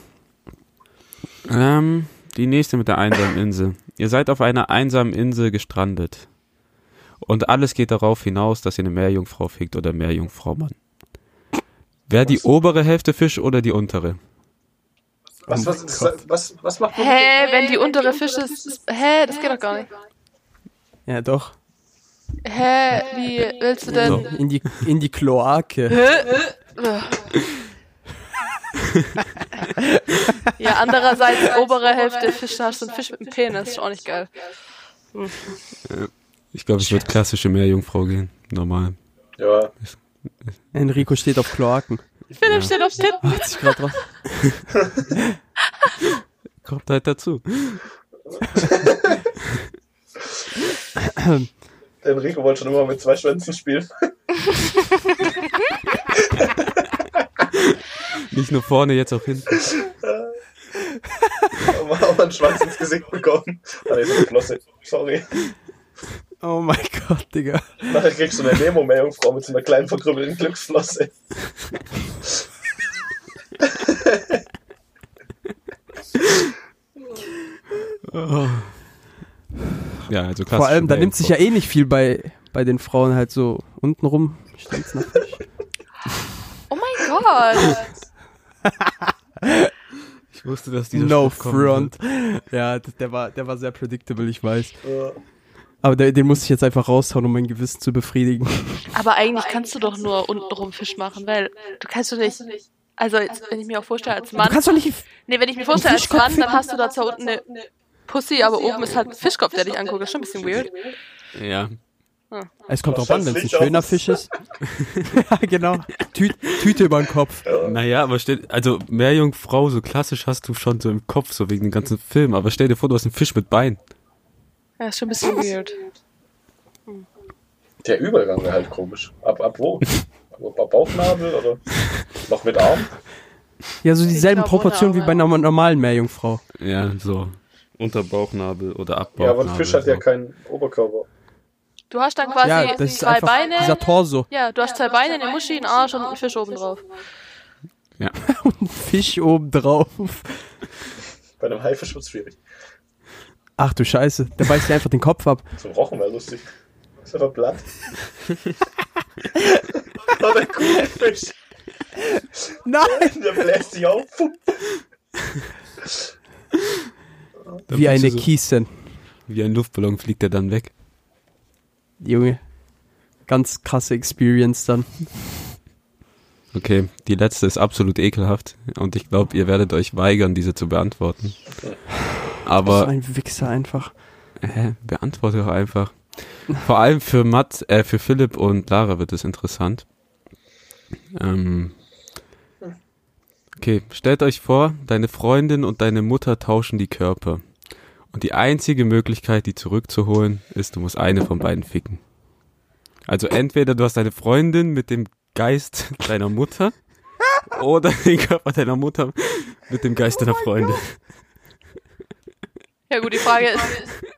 B: Ähm, die nächste mit der einsamen Insel. Ihr seid auf einer einsamen Insel gestrandet. Und alles geht darauf hinaus, dass ihr eine Meerjungfrau fickt oder Meerjungfraumann. Wer die obere Hälfte Fisch oder die untere?
A: Oh
C: Was, was, was, was, was macht man?
D: Hä, wenn die untere Fisch ist. ist- Hä, das geht doch gar nicht.
A: Ja, doch.
D: Hä, wie willst du denn.
A: In die, in die Kloake.
D: Ja, andererseits, obere Hälfte Fisch, da hast du einen Fisch mit einem Penis. Ist auch nicht (laughs) geil.
B: Ich glaube, ich würde klassische Meerjungfrau gehen. Normal.
C: Ja,
A: Enrico steht auf Kloaken.
D: Philipp steht auf Titten.
A: Hat sich gerade drauf.
B: Kommt halt dazu.
C: Enrico wollte schon immer mit zwei Schwänzen spielen. (laughs)
B: Nicht nur vorne, jetzt auch hinten.
C: Aber auch einen Schwanz ins Gesicht bekommen. Ah, nee, so eine Flosse. Sorry.
A: Oh mein Gott, Digga.
C: Nachher kriegst du eine Nemo-Meerjungfrau mit so einer kleinen verkrüppelten Glücksflosse.
B: Ja, also klassische
A: Vor allem, da nimmt sich ja eh
B: Meerjungfrau.
A: nicht viel bei, bei den Frauen halt so unten rum. Steht's nach Fisch.
D: Oh mein
A: (laughs)
D: Gott.
B: Ich wusste, dass dieser
A: No
B: Spruch ne? kommen wird.
A: front. Ja, d- der war, der war sehr predictable, ich weiß.
C: Ja.
A: Aber der, den muss ich jetzt einfach raushauen, um mein Gewissen zu befriedigen.
D: Aber eigentlich kannst du doch nur untenrum Fisch machen, weil du kannst du nicht. Also, jetzt, wenn ich mir auch vorstelle, als
A: Du
D: Mann.
A: kannst doch nicht.
D: Nee, wenn ich mir vorstelle, als
A: Fischkopf
D: Mann, dann
A: ficken?
D: hast du dazu unten eine Pussy, aber oben ist halt ein Fischkopf, der dich anguckt. Das ist schon ein bisschen weird.
B: Ja.
A: Es kommt
C: Was
A: drauf an,
C: das
A: wenn es ein
C: Licht
A: schöner
C: aus-
A: Fisch ist. ja, genau. Tü Tüte über den Kopf.
B: Naja, aber stell, also Meerjungfrau, so klassisch hast du schon so im Kopf, so wegen dem ganzen Film. Aber stell dir vor, du hast einen Fisch mit Bein.
D: Ja, ist schon ein bisschen weird.
C: Der Übergang wäre halt komisch. Ab, ab wo? ab, ab Bauchnabel oder noch mit Arm?
A: Ja, so dieselben
D: glaube, ohne
A: Proportionen wie bei einer normalen Meerjungfrau.
B: Ja, so. Unterbauchnabel oder Abbauchnabel.
C: Ja, aber ein Fisch hat ja
B: so.
C: keinen Oberkörper.
D: Du hast dann quasi
A: ja, das ist
D: zwei
A: einfach
D: Beine.
A: dieser Torso.
D: Ja, du hast zwei Beine, eine Muschi, einen Arsch und einen Fisch oben drauf.
B: Ja.
A: Fisch oben drauf.
C: Bei einem Haifisch wird es schwierig.
A: Ach du Scheiße, der beißt dir einfach den Kopf ab.
C: Zum Rochen wäre lustig. Ist einfach (laughs) platt. Aber ein cooler Fisch.
A: Nein!
C: Der bläst sich auf. Fupp.
B: Dann
A: Wie
B: fliegst
A: eine
B: du so,
A: Kiesin,
B: Wie ein Luftballon fliegt er dann weg.
A: Junge. Ganz krasse Experience dann.
B: Okay, die letzte ist absolut ekelhaft und ich glaube, ihr werdet euch weigern, diese zu beantworten.
A: So
B: Aber
A: ein Wichser einfach.
B: hä, Äh, beantworte doch einfach. Vor allem für Matt, äh, für Philipp und Lara wird es interessant. Ähm, okay, stellt euch vor, deine Freundin und deine Mutter tauschen die Körper. Und die einzige Möglichkeit, die zurückzuholen, ist, du musst eine von beiden ficken. Also entweder du hast deine Freundin mit dem Geist (laughs) deiner Mutter oder den Körper deiner Mutter mit dem Geist deiner Freundin.
D: Ja gut, die Frage ist,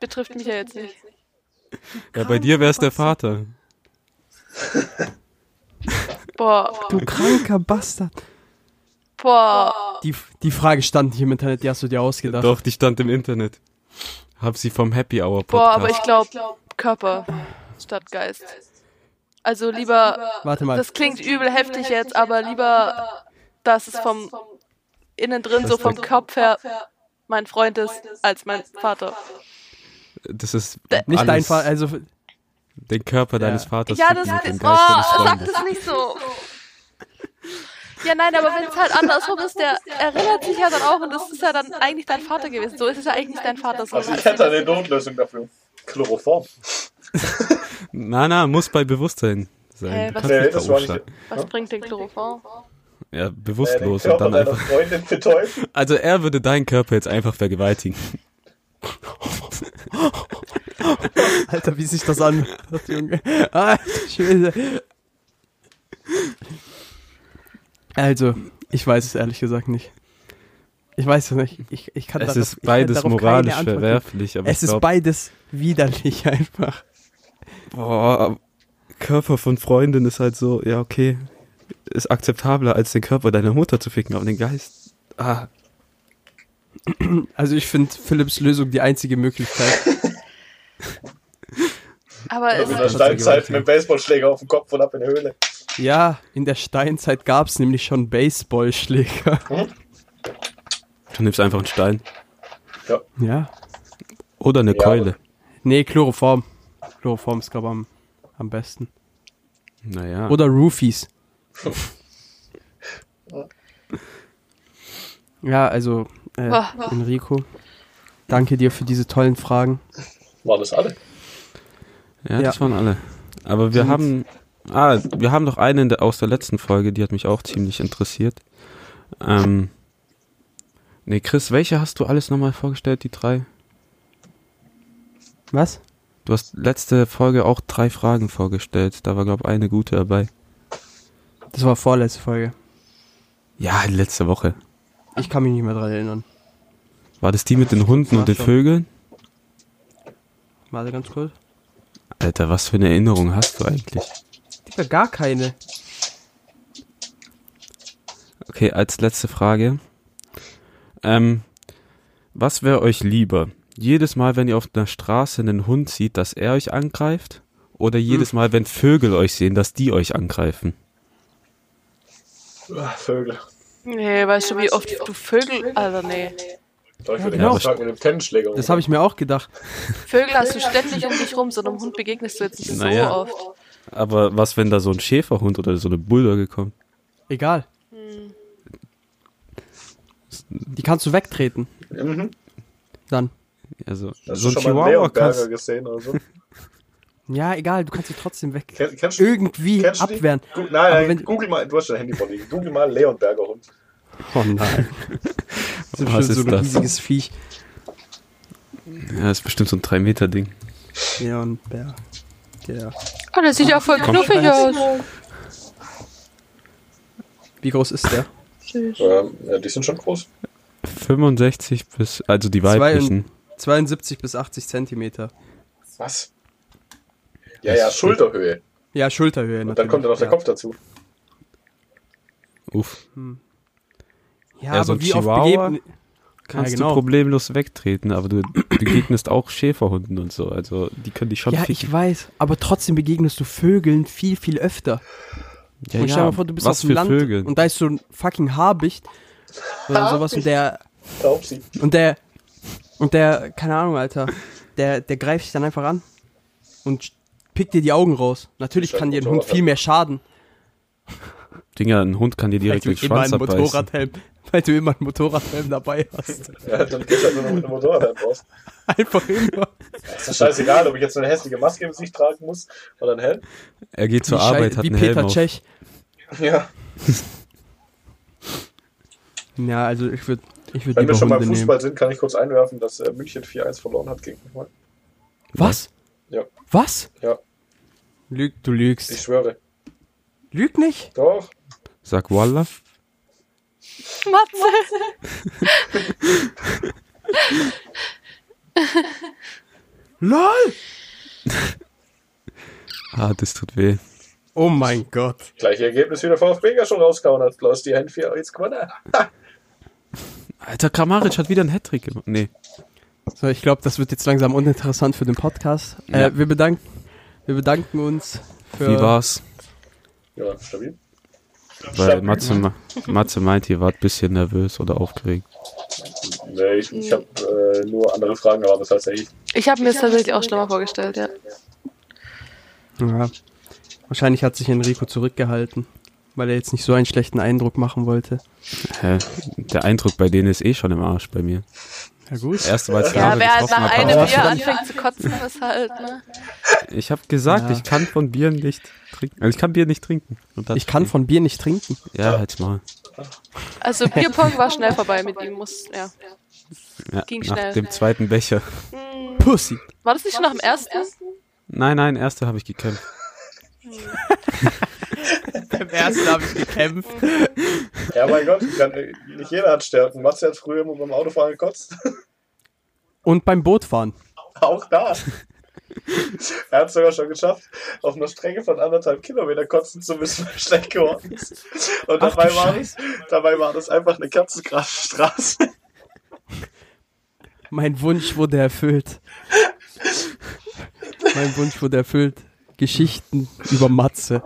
D: (laughs) betrifft mich ja jetzt nicht.
B: Ja, bei dir wär's der Vater.
D: Boah,
A: Du kranker Bastard.
D: boah.
A: Die, die Frage stand nicht im Internet, die hast du dir ausgedacht.
B: Doch, die stand im Internet. Hab sie vom Happy Hour Podcast.
D: Boah, aber Oh, ich glaube Körper statt Geist. Also lieber,
A: Warte mal.
D: das klingt übel heftig jetzt, aber lieber, dass es vom innen drin, so vom Kopf her mein Freund ist, als mein Vater.
B: das ist
A: nicht
B: alles
A: dein Fall, also
B: den Körper deines Vaters.
D: Ja,
B: ficken
D: das,
B: mit dem
D: ist, oh,
B: Geist deines
D: sag
B: Freundes.
D: das nicht so. Ja, nein, aber wenn es (laughs) halt andersrum ist, der erinnert sich ja dann auch und das ist ja dann eigentlich dein Vater gewesen. So ist es ja eigentlich nicht dein Vater. So
C: Also ich hätte eine Notlösung dafür. Chloroform.
B: Na, na, muss bei Bewusstsein sein.
D: Hä,
B: Du
D: was-
B: kannst
C: Nee,
B: nicht
C: das war nicht.
B: verunschlagen.
D: Was bringt den Chloroform?
B: Ja,
C: Äh, den
B: bewusstlos und
C: Körper
B: dann
C: deiner
B: einfach.
C: Freundin (laughs) betäubt.
B: Also er würde deinen Körper jetzt einfach vergewaltigen.
A: Alter, wie sich das anhört, Junge. Alter Schwede. Also, ich weiß es ehrlich gesagt nicht. Ich weiß es nicht. Ich, ich kann
B: Es
A: darauf,
B: ist
A: ich kann
B: beides
A: darauf keine
B: moralisch
A: Antwort geben.
B: verwerflich, aber
A: Es
B: ich
A: ist
B: glaube,
A: beides widerlich (laughs) einfach.
B: boah, Körper von Freundin ist halt so, ja, okay, ist akzeptabler als den Körper deiner Mutter zu ficken, aber den Geist. Ah,
A: Also ich finde Philipps Lösung die einzige Möglichkeit.
D: Aber
C: Also
D: ist
C: in der
D: es,
C: Steinzeit mit dem Baseballschläger auf den Kopf und ab in die Höhle.
A: Ja, in der Steinzeit gab es nämlich schon Baseballschläger.
B: Du nimmst einfach einen Stein.
A: (laughs) Ja.
B: Oder eine
C: Ja.
B: Keule.
A: Nee, Chloroform. Chloroform ist, glaube ich, am, am besten.
B: Naja.
A: Oder Roofies. (laughs) ja, also, äh,
D: Boah.
A: Enrico, danke dir für diese tollen Fragen.
C: War das alle?
B: ja, das
A: ja.
B: waren alle. Aber wir
A: Sind-
B: haben. Ah, wir haben noch eine in der, aus der letzten Folge, die hat mich auch ziemlich interessiert. Ähm. Nee, Chris, welche hast du alles nochmal vorgestellt, die drei?
A: Was?
B: Du hast letzte Folge auch drei Fragen vorgestellt. Da war, glaube ich, eine gute dabei.
A: Das war vorletzte Folge.
B: Ja, letzte Woche.
A: Ich kann mich nicht mehr dran erinnern.
B: War das die mit den Hunden
A: War
B: und den
A: schon.
B: Vögeln?
A: Warte ganz kurz.
B: Alter, was für eine Erinnerung hast du eigentlich?
A: Digga, gar keine.
B: Okay, als letzte Frage. Ähm, was wäre euch lieber? Jedes Mal, wenn ihr auf der Straße einen Hund sieht, dass er euch angreift? Oder
A: Hm.
B: jedes Mal, wenn Vögel euch sehen, dass die euch angreifen?
C: Ah, Vögel.
D: nee, weißt du, wie oft du Vögel. Also, nee.
C: Da ich würde den
A: genau.
C: ganzen Tag mit dem Tennisschläger
A: Das habe ich mir auch gedacht.
D: Vögel hast du ständig um dich rum, so einem Hund begegnest du jetzt nicht
B: Naja.
D: so oft.
B: Aber was, wenn da so ein Schäferhund oder so eine Bulldogge kommt?
A: Egal. Die kannst du wegtreten.
C: Mhm.
A: Dann.
B: Also,
C: Hast
B: so ein
C: du schon
B: Chihuahua
C: mal einen Leonberger
B: kannst
C: gesehen oder so?
A: Ja, egal, du kannst sie trotzdem weg.
C: Kenn, kennst du
A: irgendwie
C: kennst du die?
A: abwehren.
C: Gu- Nein,
A: Aber
C: nein,
A: wenn-
C: google mal, du hast dein Handy vorliegen. Google mal Leonberger Hund.
A: Oh nein. Das ist
B: Was
A: schon (laughs) so
B: ist
A: ein
B: das?
A: riesiges Viech.
B: Ja, ist bestimmt so ein 3-Meter-Ding.
A: Leon Bär. Ja.
D: Oh, der sieht ja voll
B: Komm.
D: knuffig aus.
A: Wie groß ist der?
C: Ähm, ja, die sind schon groß.
B: 65 bis, also die
A: Zwei-
B: weiblichen.
A: 72 bis 80 Zentimeter.
C: Was? Ja, ja, Schulterhöhe.
A: Ja, Schulterhöhe.
C: Und dann kommt dann noch der
A: ja.
C: Kopf dazu.
B: Uff,
A: Ja,
B: Ja,
A: aber
B: so ein
A: wie oft
B: Chihuahua
A: begegnet...
B: kannst
A: ja, genau.
B: du problemlos wegtreten, aber du
A: (coughs)
B: begegnest auch Schäferhunden und so. Also die können dich schon
A: Ja,
B: ficken.
A: ich weiß, aber trotzdem begegnest du Vögeln viel, viel öfter.
B: Ja,
A: und stell
B: ja,
A: dir mal vor, du bist
B: was
A: auf dem
B: für
A: Land
B: Vögel?
A: und da ist so ein fucking Habicht
C: (laughs)
A: oder sowas und der
C: Glaub sie.
A: und der und der keine Ahnung, Alter, der der greift dich dann einfach an und pickt dir die Augen raus. Natürlich
C: Scheiß
A: kann dir ein Hund
C: Motorrad,
A: viel
C: ja.
A: mehr schaden,
B: Dinger, ein Hund kann dir direkt
A: weil
B: den
A: du immer
B: Schwanz
A: einen
B: abbeißen.
A: Motorradhelm, weil du immer einen Motorradhelm dabei hast. (laughs)
C: Ja, dann geht halt nur noch mit dem Motorrad halt raus.
A: Einfach immer.
C: Ist das scheißegal, ob ich jetzt eine hässliche Maske im Gesicht tragen muss oder einen Helm.
B: Er geht zur
A: wie Schei-
B: Arbeit, hat
A: wie
B: einen
A: Peter
B: Helm auf.
A: Tschech.
C: Ja,
A: Ja, also ich würde ich würde
C: wenn wir
A: lieber
C: schon beim
A: Hunde nehmen.
C: Fußball sind, kann ich kurz einwerfen, dass äh, München 4-1 verloren hat gegen Hoffenheim.
A: Was?
C: Ja.
A: Was?
C: Ja,
A: Lüg, du
C: ich
A: lügst.
C: schwöre.
A: Lüg nicht?
C: Doch.
B: Sag Walla.
D: Matze.
A: LOL!
B: Ah, das tut weh.
A: Oh mein Gott.
C: Gleiche Ergebnis wie der VfB ja schon rausgehauen hat. Klaus, die Hand 4-1 gewonnen.
B: Alter, Kramaric hat wieder einen Hattrick gemacht. Nee.
A: So, ich glaube, das wird jetzt langsam uninteressant für den Podcast. Äh,
B: Ja.
A: wir, bedank wir bedanken uns für.
B: Wie war's?
C: Ja, stabil.
B: Weil Matze, ma- Matze meint, ihr wart ein bisschen nervös oder aufgeregt.
C: Nee, ich, ich habe äh, nur andere Fragen erwartet tatsächlich.
D: Ich habe mir das tatsächlich auch schlimmer vorgestellt, ja.
A: Ja. Wahrscheinlich hat sich Enrico zurückgehalten, weil er jetzt nicht so einen schlechten Eindruck machen wollte.
B: Hä? Der Eindruck bei denen ist eh schon im Arsch bei mir.
A: Ja, gut.
B: Erst weil es
D: Ja, wer halt
B: getroffen
D: nach
B: hat,
D: einem
B: hab
D: Bier anfängt zu kotzen, ist halt, ne?
B: ich- Ich habe gesagt,
A: Ja.
B: ich kann von Bier nicht trinken. Also ich kann Bier nicht trinken. Und dann-
A: Ich kann von Bier nicht trinken.
B: Ja, halt mal.
D: Also Bierpong war schnell vorbei mit ihm, muss, ja.
B: Ja,
D: Ging
B: nach
D: schnell.
B: dem zweiten Becher.
A: Pussy.
D: War das nicht schon nach dem ersten?
B: Nein, nein, erste habe ich gekämpft.
A: Beim ersten habe ich gekämpft.
C: Ja, mein Gott, kann, nicht jeder hat Stärken. Matze hat früher immer beim Autofahren gekotzt.
A: Und beim Bootfahren.
C: Auch (laughs) da. Er hat es sogar schon geschafft, auf einer Strecke von anderthalb Kilometer kotzen zu müssen, weil er schlecht geworden ist. Und
A: Ach du
C: dabei war, das, dabei war das einfach eine katzenkrasse Straße.
A: Mein Wunsch wurde erfüllt. mein Wunsch wurde erfüllt. Geschichten über Matze.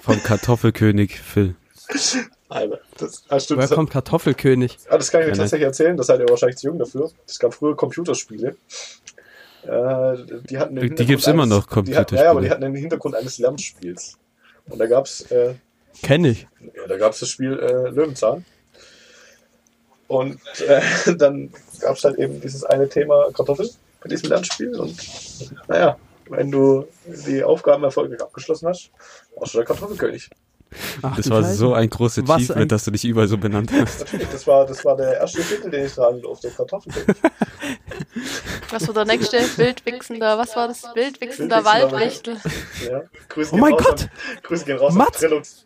B: Vom Kartoffelkönig Phil.
C: Alter, das, ah, stimmt,
A: Woher
C: das,
A: kommt Kartoffelkönig?
C: ah, das kann ich
B: Ja,
C: euch
B: ne?
C: tatsächlich erzählen, das seid ihr wahrscheinlich zu jung dafür. Es gab früher Computerspiele. Äh, die hatten den
B: Die
C: Hintergrund
B: gibt's immer
C: eines-
B: noch,
C: die hatten- Ja,
B: Computerspiele.
C: aber die hatten den Hintergrund eines Lärmspiels. Und da gab es äh,
A: Kenn ich.
C: Ja, da gab es das Spiel äh, Löwenzahn. Und äh, (laughs) dann gab es halt eben dieses eine Thema Kartoffeln bei diesem Lernspiel. Und naja, wenn du die Aufgaben erfolgreich abgeschlossen hast, warst du der Kartoffelkönig.
A: Ach,
B: Das
A: du
B: war
A: Scheiße.
B: so ein großes
A: Was
B: Achievement,
A: ein-
B: dass du dich überall so benannt hast.
C: Natürlich, das war, das war der erste Titel, den ich tragen durfte, Kartoffelkönig.
D: Was war der (laughs) nächste? Wildwichsender, was war das?
C: Wildwichsender
D: Wildwichsender Waldwächtel.
C: Ja. Grüße
A: Oh
C: gehen
A: mein
C: raus
A: Gott!
C: An, Grüße gehen raus
A: Mats!
C: an Trillux.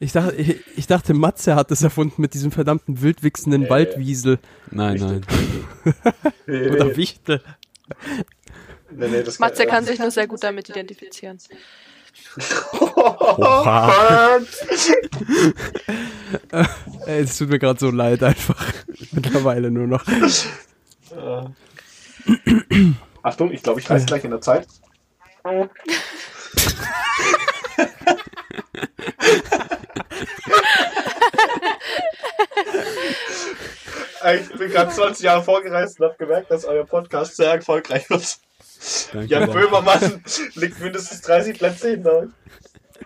A: Ich dachte, ich, ich dachte, Matze hat es erfunden mit diesem verdammten wildwichsenden
C: Äh.
A: Waldwiesel
B: Nein, nein.
C: Nee,
A: oder
C: nee,
A: Wichtel.
C: nee, nee, das
D: Matze
C: (laughs)
D: kann sich nur sehr gut damit identifizieren.
C: Oh,
A: Ey, es tut mir gerade so leid einfach. (laughs) Mittlerweile nur noch.
C: Äh, Achtung, ich glaube, ich weiß gleich in der Zeit. Ey, Ich bin gerade 20 Jahre vorgereist und habe gemerkt, dass euer Podcast sehr erfolgreich wird.
B: Danke,
C: Jan
B: danke.
C: (laughs) Böhmermann liegt mindestens 30 Plätze hinter euch.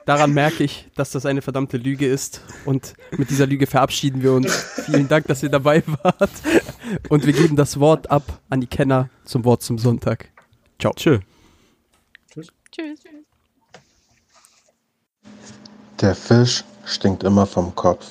A: Daran merke ich, dass das eine verdammte Lüge ist. Und mit dieser Lüge verabschieden wir uns. Vielen Dank, dass ihr dabei (laughs) wart. Und wir geben das Wort ab an die Kenner zum Wort zum Sonntag. Ciao.
B: Tschö.
D: Tschüss.
E: Der Fisch stinkt immer vom Kopf.